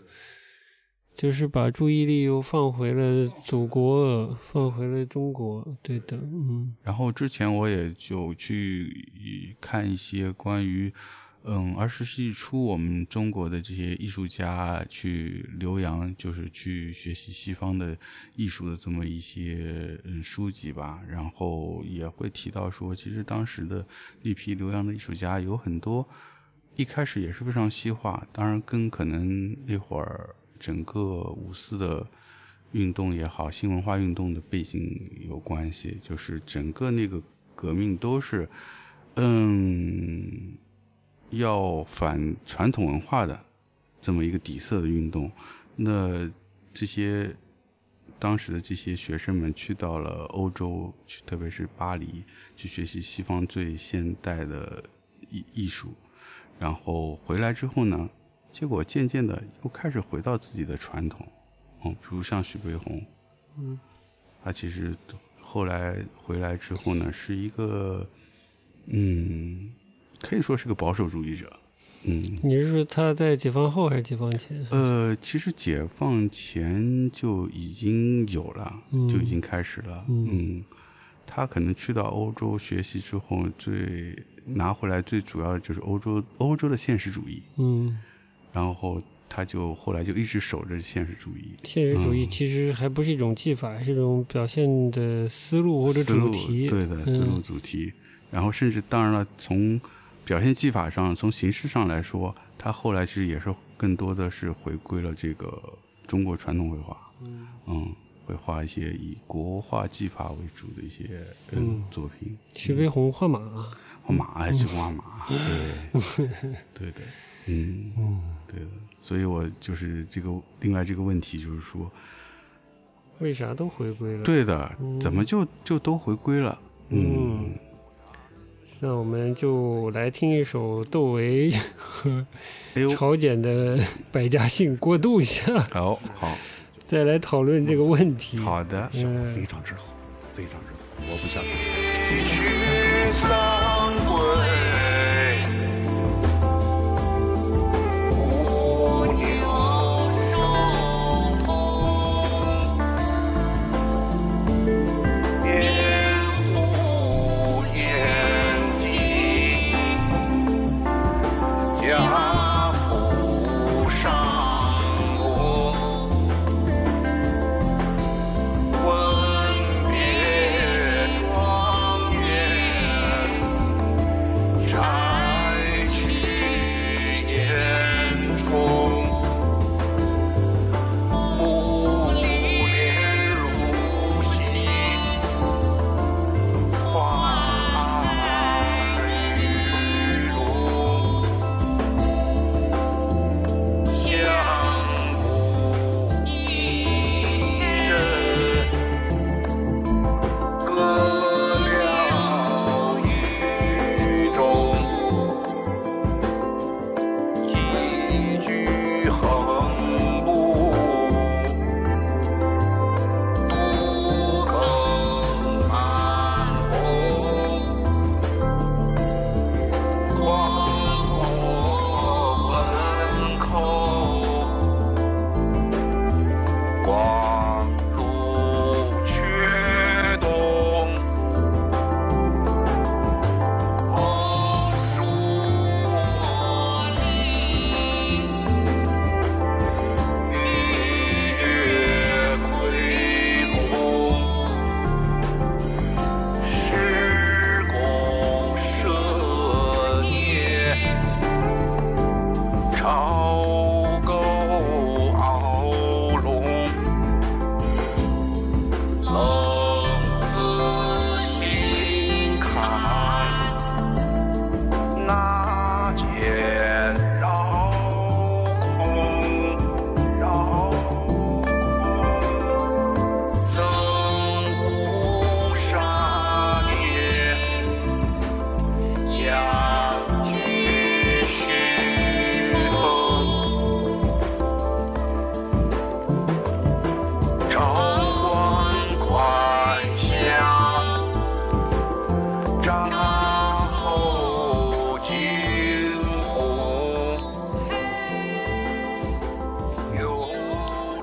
就是把注意力又放回了祖国，放回了中国。对的，嗯
然后之前我也就去看一些关于，嗯，二十世纪初我们中国的这些艺术家去留洋，就是去学习西方的艺术的这么一些嗯书籍吧。然后也会提到说，其实当时的那批留洋的艺术家有很多，一开始也是非常西化，当然跟可能那会儿整个五四的运动也好，新文化运动的背景有关系，就是整个那个革命都是，嗯，要反传统文化的这么一个底色的运动。那这些当时的这些学生们去到了欧洲，去特别是巴黎，去学习西方最现代的艺艺术，然后回来之后呢，结果渐渐的又开始回到自己的传统，嗯，比如像许悲鸿，
嗯，
他其实后来回来之后呢，是一个，嗯，可以说是个保守主义者，嗯，
你是说他在解放后还是解放前？
呃，其实解放前就已经有了，
嗯
就已经开始了。
嗯
嗯，他可能去到欧洲学习之后，最拿回来最主要的就是欧洲欧洲的现实主义，
嗯，
然后他就后来就一直守着现实主义。
现实主义
嗯
其实还不是一种技法，是一种表现的思路或者
思路
主题。
对的，思路
嗯
主题。然后甚至当然了，从表现技法上，从形式上来说，他后来其实也是更多的是回归了这个中国传统绘画。
嗯
嗯，会画一些以国画技法为主的一些嗯
嗯
作品，
徐悲鸿画马，
画马还
嗯
是画
*laughs*
马，对，对的，嗯，
嗯，
对的。所以我就是这个另外这个问题，就是说，
为啥都回归了？，
对的，
嗯
怎么就就都回归了？嗯
嗯，那我们就来听一首窦唯和
哎呦，
朝鲜的百家姓过渡一下，
好好
再来讨论这个问题。
好的，
嗯
效果非常之好，非常之好，我不相信。
一曲三归，无牛收头，烟壶烟尽，家父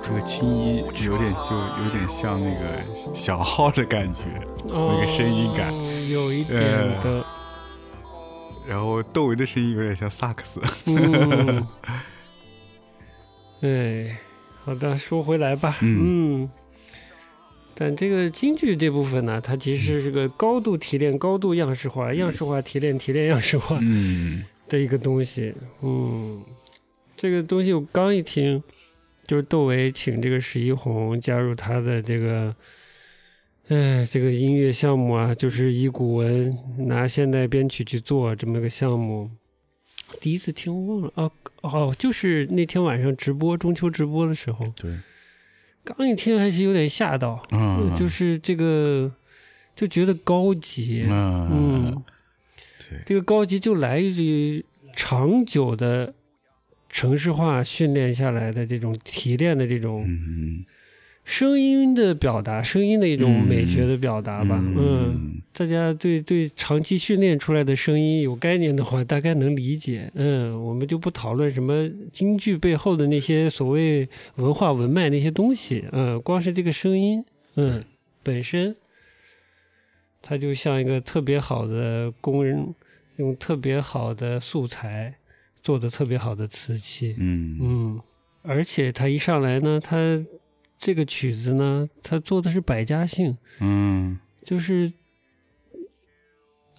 点就有点像那个小号的感觉，那个声音感。
哦有一点的，
然后窦唯的声音有点像萨克斯。
嗯，哎，好的，说回来吧，
嗯
嗯。但这个京剧这部分呢，它其实是个高度提炼、高度样式化、样式化提炼、提炼样式化
嗯
的一个东西。嗯，这个东西我刚一听，就是窦唯请这个史一红加入他的这个，哎，这个音乐项目啊，就是以古文拿现代编曲去做这么个项目。第一次听忘了啊，哦，就是那天晚上直播中秋直播的时候，
对，
刚一听还是有点吓到，
嗯，
就是这个就觉得高级，嗯
嗯，，对，
这个高级就来自于长久的城市化训练下来的这种提炼的这种
嗯，
声音的表达，声音的一种美学的表达吧。嗯，
嗯
大家对对长期训练出来的声音有概念的话，大概能理解。嗯，我们就不讨论什么京剧背后的那些所谓文化文脉那些东西。嗯，光是这个声音，嗯，本身它就像一个特别好的工人，用特别好的素材做的特别好的瓷器。
嗯
嗯，而且他一上来呢，他这个曲子呢，他做的是百家姓，
嗯，
就是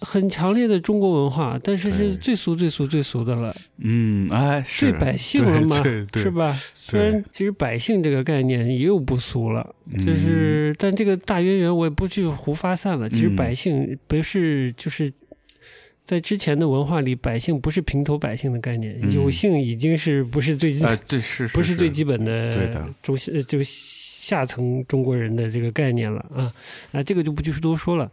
很强烈的中国文化，但是
对
是最俗、最俗、最俗的了，
嗯，哎，
最
是
百姓了嘛，
对对，
是？吧？虽然其实百姓这个概念也有不俗了，
嗯
就是、但这个大渊源我也不去胡发散了。其实
嗯
百姓不是就是。在之前的文化里，百姓不是平头百姓的概念，
嗯
有姓已经是不是最
哎，对，是
不是最基
本，
本的
对的
中下呃就是下层中国人的这个概念了啊啊，这个就不去多说了。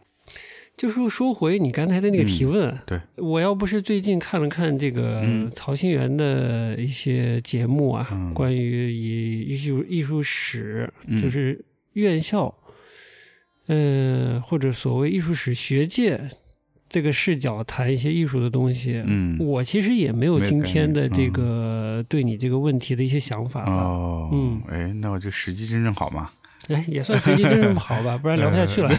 就是说回你刚才的那个提
嗯
问，啊
对
我要不是最近看了看这个
嗯
曹新元的一些节目啊，
嗯
关于以艺术艺术史，
嗯
就是院校，呃，或者所谓艺术史学界这个视角谈一些艺术的东西，
嗯，
我其实也没有
没
今
概
天的
念
这
嗯
个对你这个问题的一些想法吧，
哦，，
嗯
哎，那我这时机真正好嘛，
哎，也算飞机真这么好吧，不然聊不下去了。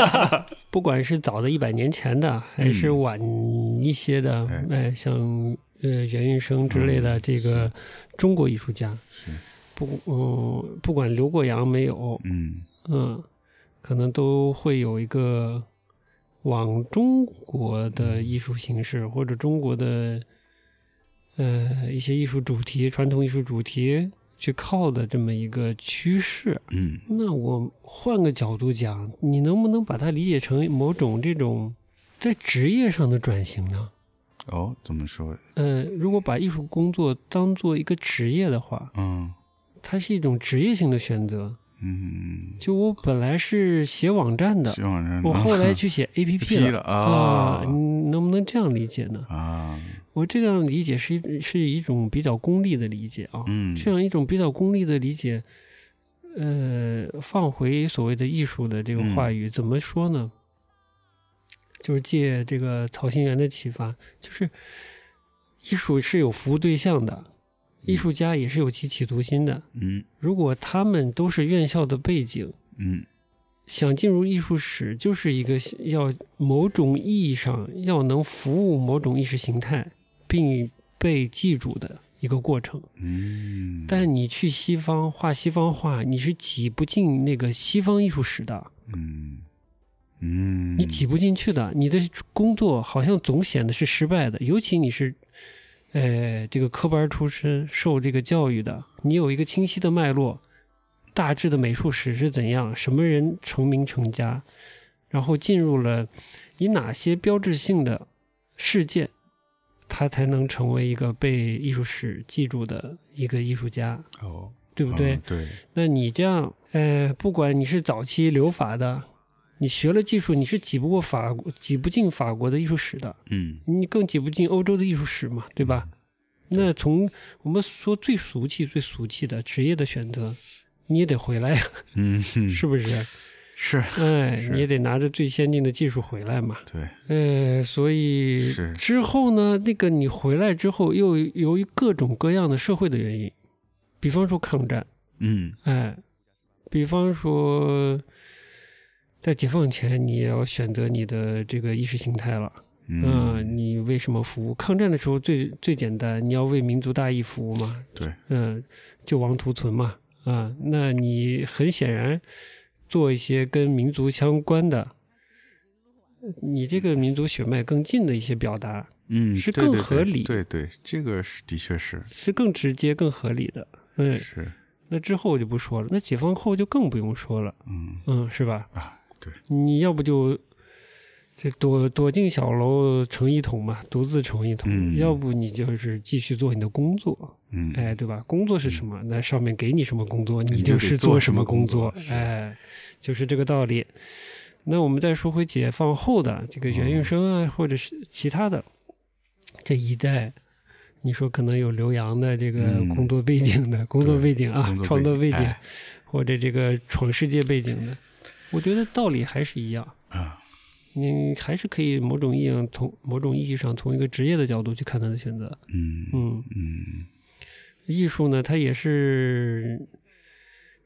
*laughs* 不管是早的一百年前的，还是晚一些的，
哎
哎，嗯像呃袁运生之类的这个中国艺术家，不，嗯，不管留过洋没有，
嗯
嗯，可能都会有一个往中国的艺术形式或者中国的呃一些艺术主题、传统艺术主题去靠的这么一个趋势。
嗯
那我换个角度讲，你能不能把它理解成某种这种在职业上的转型呢？
哦，怎么说？
呃，如果把艺术工作当做一个职业的话，
嗯
它是一种职业性的选择。
嗯，
就我本来是写网站的
希，望人
我后来去写嗯 A P P
批
了哦
了啊
你能不能这样理解呢？
啊，
我这样理解是一是一种比较功利的理解啊，
嗯，
这样一种比较功利的理解，呃，放回所谓的艺术的这个话语，怎么说呢？就是借这个曹新元的启发，就是艺术是有服务对象的，艺术家也是有其企图心的。
嗯
如果他们都是院校的背景，
嗯
想进入艺术史，就是一个要某种意义上要能服务某种意识形态，并被记住的一个过程。
嗯，
但你去西方画西方画，你是挤不进那个西方艺术史的，
嗯嗯，
你挤不进去的。你的工作好像总显得是失败的，尤其你是，呃，这个科班出身，受这个教育的，你有一个清晰的脉络，大致的美术史是怎样，什么人成名成家，然后进入了以哪些标志性的事件，他才能成为一个被艺术史记住的一个艺术家，
哦，
对不对？
嗯对，
那你这样，呃，不管你是早期留法的，你学了技术，你是挤不过法国，挤不进法国的艺术史的，
嗯
你更挤不进欧洲的艺术史嘛，对吧？那从我们说最俗气、最俗气的职业的选择，你也得回来呀，
嗯
是不是？
*laughs* 是，
哎，
是
你也得拿着最先进的技术回来嘛。
对，
呃，所以
是
之后呢，那个你回来之后，又由于各种各样的社会的原因，比方说抗战，
嗯
哎，比方说，在解放前，你也要选择你的这个意识形态了。嗯、
嗯，
你为什么服务？抗战的时候最最简单，你要为民族大义服务嘛。
对，
嗯、救亡图存嘛。啊、那你很显然做一些跟民族相关的，你这个民族血脉更近的一些表达，
嗯，
是
对
更
对
合
对
理
对对，这个是的确是
是更直接、更合理的。嗯，
是，
那之后我就不说了，那解放后就更不用说了，
嗯
嗯，是吧？
啊，对，
你要不就这躲躲进小楼成一统嘛，独自成一统；
嗯
要不你就是继续做你的工作，
嗯，
哎，对吧？工作是什么？那上面给你什么工作，
你就
就是
得做
什
什
么
么
工
工
作
作，是
哎，就是这个道理。那我们再说回解放后的这个
嗯
袁运生啊，或者是其他的这一代，你说可能有留洋的这个
嗯
工作背景的、工作
对
背景啊
工，作
创作背景，
哎
或者这个闯世界背景的，我觉得道理还是一样
啊。
你还是可以某种意义上从某种意义上从一个职业的角度去看他的选择，
嗯
嗯，
嗯
艺术呢，它也是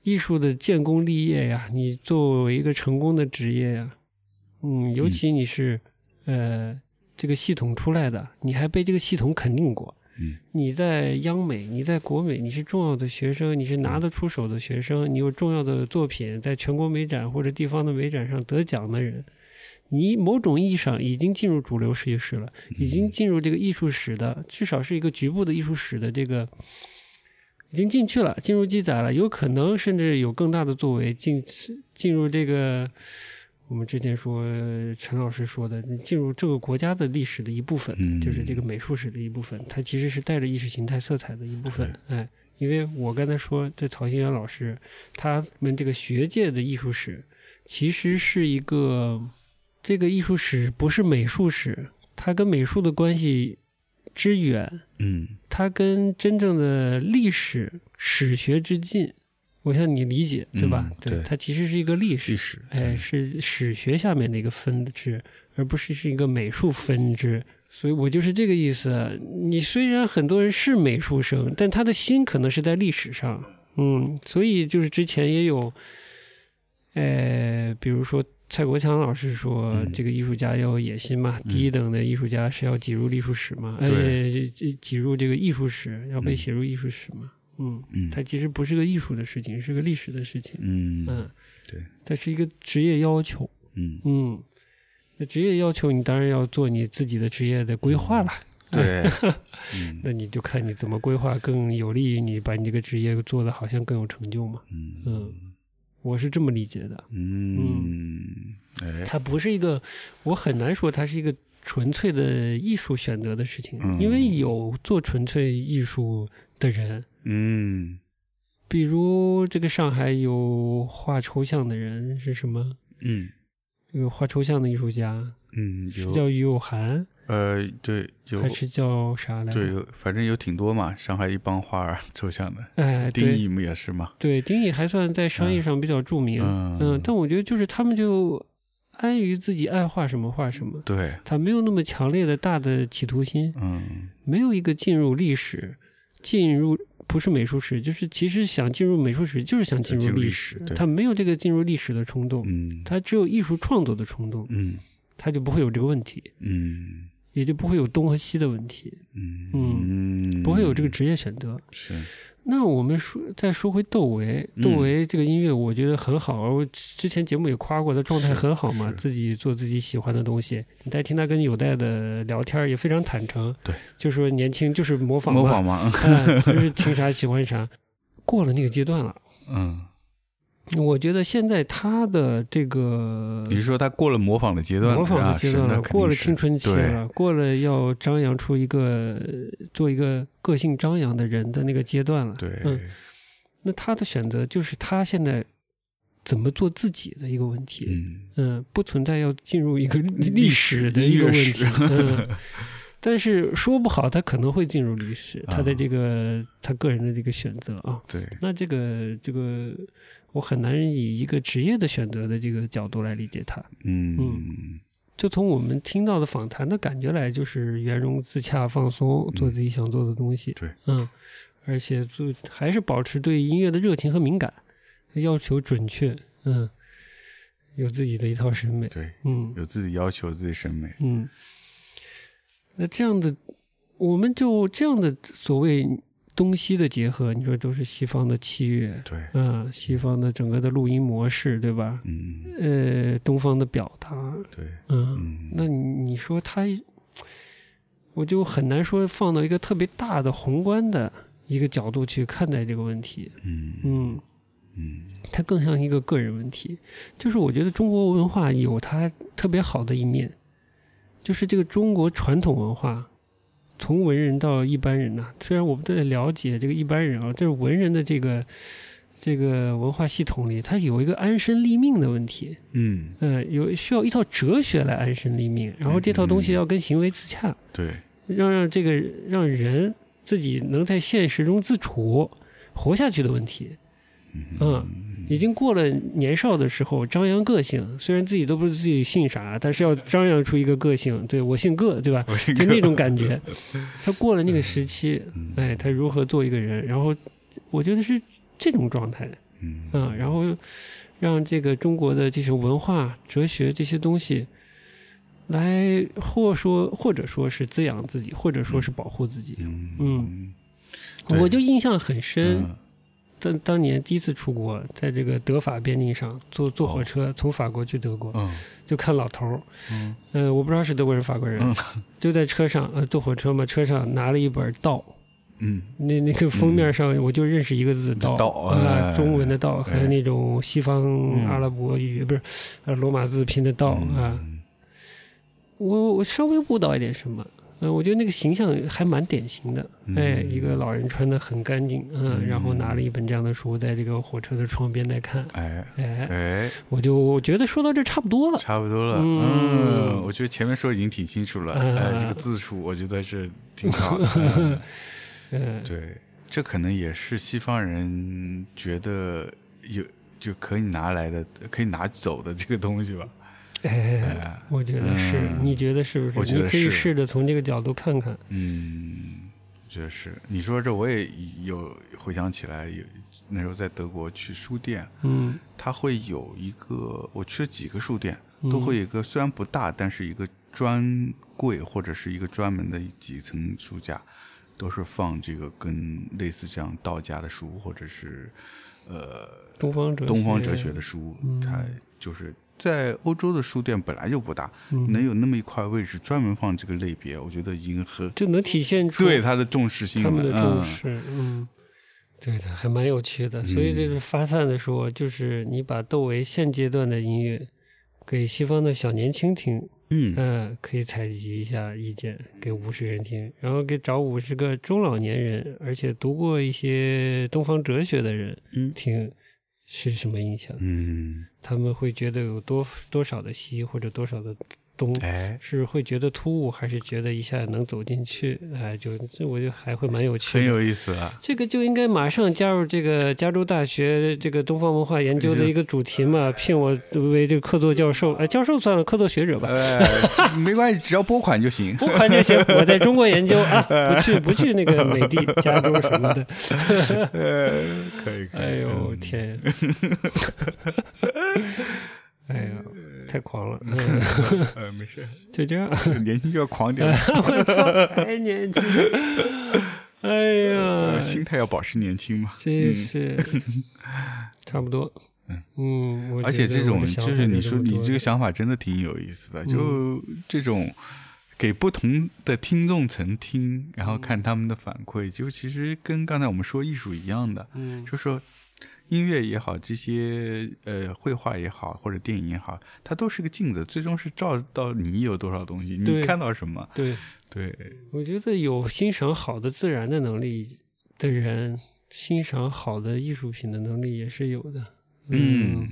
艺术的建功立业呀。你作为一个成功的职业呀，嗯，尤其你是、呃这个系统出来的，你还被这个系统肯定过。
嗯
你在央美，你在国美，你是重要的学生，你是拿得出手的学生，你有重要的作品，在全国美展或者地方的美展上得奖的人，你某种意义上已经进入主流设计师了，已经进入这个艺术史的，至少是一个局部的艺术史的这个，已经进去了，进入记载了，有可能甚至有更大的作为进进入这个。我们之前说陈老师说的，你进入这个国家的历史的一部分，
嗯
就是这个美术史的一部分，它其实是带着意识形态色彩的一部分。哎，因为我刚才说，这曹新元老师他们这个学界的艺术史，其实是一个这个艺术史不是美术史，它跟美术的关系之远，
嗯
它跟真正的历史史学之近。我想你理解对吧？
嗯对
它其实是一个历史，
历史
哎，
对
是史学下面的一个分支，而不是是一个美术分支。所以我就是这个意思。你虽然很多人是美术生，但他的心可能是在历史上，嗯，所以就是之前也有，呃，比如说蔡国强老师说，
嗯
这个艺术家要有野心嘛，第一等的艺术家是要挤入历史史嘛，呃，
对
挤挤入这个艺术史，要被
嗯
写入艺术史嘛，嗯，
嗯
它其实不是个艺术的事情，是个历史的事情，
嗯
嗯，
对，
它是一个职业要求，
嗯，
嗯，那职业要求你当然要做你自己的职业的规划了，
对，
*laughs*
嗯
那你就看你怎么规划更有利于你把你这个职业做的好像更有成就嘛，
嗯
嗯，我是这么理解的。
嗯，哎，
它不是一个，我很难说它是一个纯粹的艺术选择的事情，
嗯
因为有做纯粹艺术的人，
嗯
比如这个上海有画抽象的人是什么？
嗯
这个画抽象的艺术家
嗯，
是
有
叫于有涵，
呃，对，有
还是叫啥来
对，
着？
有反正有挺多嘛，上海一帮花儿 *laughs* 抽象的，
哎，
丁
对
义不也是嘛？
对，丁义还算在商业上比较著名，
嗯
嗯，但我觉得就是他们就安于自己爱画什么画什么，
对，
他没有那么强烈的大的企图心，
嗯
没有一个进入历史，进入不是美术史，就是其实想进入美术史，就是想进入
呃进入
历
历
史
史，对
他没有这个进入历史的冲动，
嗯
他只有艺术创作的冲动，
嗯
他就不会有这个问题，
嗯
也就不会有东和西的问题，
嗯
嗯不会有这个职业选择。
是，
那我们说再说回窦唯，
嗯
窦唯这个音乐我觉得很好，我之前节目也夸过，他状态
是
很好嘛，
是
自己做自己喜欢的东西。你再听他跟有代的聊天儿也非常坦诚，
对，
就说年轻就是模仿嘛
模仿 *laughs* 嘛，
哎就是听啥喜欢啥，过了那个阶段了。
嗯，
我觉得现在他的这个
你是说他过了模仿的阶段，
嗯模仿的
啊
阶
是
段
那
了，
肯定
过了
是
青春期
对
了，过了要张扬出一个呃做一个个性张扬的人的那个阶段了。
对，
嗯那他的选择就是他现在怎么做自己的一个问题。
嗯
嗯，不存在要进入一个历历
历
史
史
的一个问题
*laughs* 历史。
嗯，但是说不好，他可能会进入历史，他的
啊
这个他个人的这个选择啊。
对，
那这个这个，我很难以一个职业的选择的这个角度来理解他。
嗯
就从我们听到的访谈的感觉来，就是圆融自洽、放松，做自己想做的东西。
对，
嗯，而且就还是保持对音乐的热情和敏感。要求准确，嗯，有自己的一套审美，
对，
嗯
有自己要求、自己审美，
嗯。那这样的，我们就这样的所谓东西的结合，你说都是西方的器乐，
对，
啊，西方的整个的录音模式，对吧？
嗯，
呃，东方的表达，
对，
嗯，
嗯，
那你你说它，我就很难说放到一个特别大的宏观的一个角度去看待这个问题。
嗯
嗯，
嗯，
它更像一个个人问题。就是我觉得中国文化有它特别好的一面，就是这个中国传统文化，从文人到一般人呐、虽然我们都在了解这个一般人啊，就是文人的这个这个文化系统里，它有一个安身立命的问题。
嗯，
呃，有需要一套哲学来安身立命，然后这套东西要跟行为自洽，
对，
让让这个让人自己能在现实中自处、活下去的问题。嗯，已经过了年少的时候张扬个性，虽然自己都不知道自己姓啥，但是要张扬出一个个性，对我姓个，对吧？
我
就那种感 *laughs* 觉。他过了那个时期，
嗯
哎，他如何做一个人？然后我觉得是这种状态。
嗯
嗯，然后让这个中国的这种文化、哲学这些东西，来或说或者说是滋养自己，或者说是保护自己。嗯，
对
我就印象很深，
嗯
当当年第一次出国，在这个德法边境上坐坐火
哦
车、从法国去德国，
嗯
就看老头儿，
嗯
呃，我不知道是德国人法国人，
嗯
就在车上呃坐火车嘛，车上拿了一本《道》。
嗯，
那那个封面上，我就认识一个字“道”，
道
啊，
哎
中文的“道”，还有
哎嗯
那种西方阿拉伯语不是，呃，罗马字拼的“道”啊。我我稍微悟到一点什么，呃，我觉得那个形象还蛮典型的，
嗯
哎，一个老人穿的很干净，嗯，然后拿了一本这样的书，在这个火车的窗边在看，
哎
哎，
哎，
我就我觉得说到这差不多了，
差不多了，
嗯
嗯，我觉得前面说已经挺清楚了，
嗯
哎，这个字数我觉得是挺
*laughs*
好的，哎
嗯，
对，这可能也是西方人觉得有就可以拿来的、可以拿走的这个东西吧。
哎，我觉得是，
嗯
你觉得是不
我
是？
觉
你
得
可以
是
试着从这个角度看看，
嗯，我觉得是。你说这我也有回想起来，有那时候在德国去书店，
嗯
它会有一个，我去了几个书店，
嗯
都会有一个虽然不大，但是一个专柜或者是一个专门的几层书架，都是放这个跟类似这样道家的书或者是呃
东方哲
东方哲
学嗯
学的书，它就是在欧洲的书店本来就不大，
嗯
能有那么一块位置专门放这个类别，我觉得已经很
就能体现出
对它的重视性
他
了。
们的重
嗯
视，嗯，对的，还蛮有趣的。所以就是发散的说，就是你把窦唯现阶段的音乐给西方的小年轻听，
嗯
嗯、可以采集一下意见，给五十个人听，然后给找五十个中老年人，而且读过一些东方哲学的人
嗯
听。是什么印象？
嗯，
他们会觉得有多多少的西，或者多少的东，
哎，
是会觉得突兀，还是觉得一下能走进去？哎，就这我就还会蛮有趣的。
很有意思啊。
这个就应该马上加入这个加州大学这个东方文化研究的一个主题
呃
嘛，聘我为这个客座教授，哎，教授算了，客座学者吧，
*laughs* 呃，没关系，只要拨款就行。
拨款就行， *laughs* 我在中国研究
*laughs*
啊，不去不去那个美的、加州什么的。
呃，可以，可以。
哎呦
*laughs*
天呀！哎呀，太狂
*laughs*
了，嗯
呃，没事，
就这样。
*laughs* 年轻就要狂点，
我操，还年轻！ *laughs* 哎呀
呃，心态要保持年轻嘛。
真是
*laughs*
差不多。嗯，我
而
觉
且
得
这
我
种
的想
就
法
是你说
么
你
多
这
了嗯
个想法真的挺有意思的，就这种给不同的听众层听，然
嗯
后看他们的反馈，就其实跟刚才我们说艺术一样的，
嗯
就说音乐也好，这些呃绘画也好，或者电影也好，它都是个镜子，最终是照到你有多少东西，
对
你看到什么，
对，
对，
我觉得有欣赏好的自然的能力的人，欣赏好的艺术品的能力也是有的。
嗯，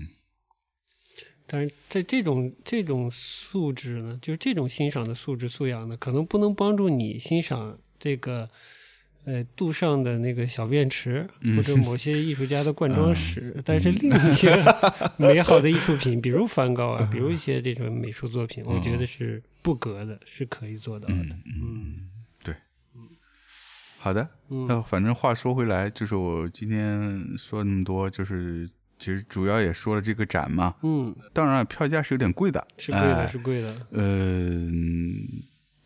但是在这种这种素质呢，就是这种欣赏的素质素养呢，可能不能帮助你欣赏这个。呃，杜尚的那个小便池，或者某些艺术家的罐装石，但是另一 *laughs* 些美好的艺术品，比如梵高啊，比如一些这种美术作品，我觉得是不格的，是可以做到的。嗯
好的，那反正话说回来，就是我今天说那么多，就是其实主要也说了这个展嘛，
嗯，
当然啊票价是有点贵的，
是贵
哎
的，是贵的，
嗯，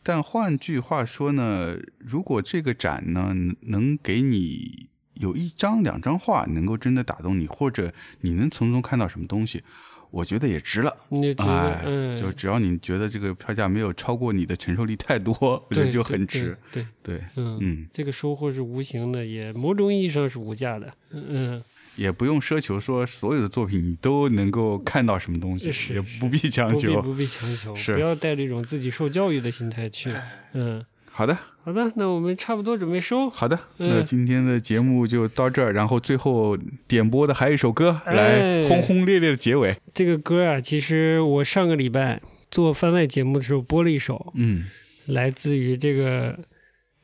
但换句话说呢，如果这个展呢能给你有一张两张画能够真的打动你，或者你能从中看到什么东西，我觉得也值了。
你也值得
哎，，
嗯，
就只要你觉得这个票价没有超过你的承受力太多， *laughs* 我觉得
对
就
对对
很值。
对，
对，
嗯
嗯，
这个收获是无形的，也某种意义上是无价的。嗯，
也不用奢求说所有的作品你都能够看到什么东西，
是
也不必
嗯
强
不必
求。
不必强求，
是哎
不要带着一种自己受教育的心态去。嗯，
好的，
好的，那我们差不多准备收。
好的，
嗯
那今天的节目就到这儿，然后最后点播的还有一首歌来
哎
轰轰烈烈的结尾。
这个歌啊，其实我上个礼拜做番外节目的时候播了一首，
嗯，
来自于这个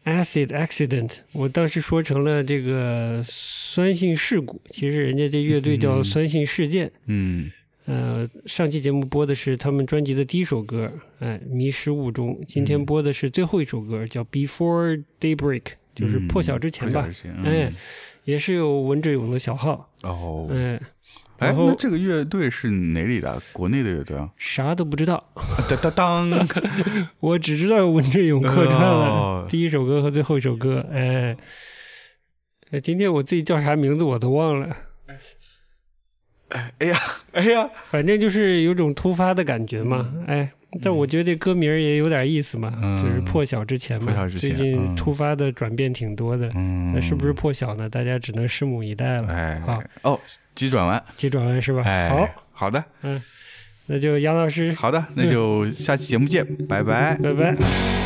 acid accident，我当时说成了这个酸性事故，其实人家这乐队叫
嗯
酸性事件。
嗯，
呃，上期节目播的是他们专辑的第一首歌，哎，《迷失雾中》。今
嗯
天播的是最后一首歌，叫《Before Daybreak》，就是破晓之前吧
破晓。之前，
哎
嗯，，
也是有文志勇的小号，
哦，
哎，
哎，
然后
那这个乐队是哪里的？国内的乐
*laughs*
队啊？
啥都不知道，
当当当，
我只知道有文志勇客串
哦
了第一首歌和最后一首歌，哎。哎今天我自己叫啥名字我都忘了，
哎呀，
*laughs*
哎呀，
反正就是有种突发的感觉嘛，哎，但我觉得这歌名儿也有点意思嘛，
嗯
就是破晓之前嘛，
破晓之前
最近
嗯
突发的转变挺多的，
嗯
那是不是？破晓呢？大家只能拭目以待了。
哎
好，，
哦，急转弯，
急转弯是吧？
哎，
好，，
好的，
嗯，那就杨老师，
好的，那就下期节目见，拜拜。
拜拜。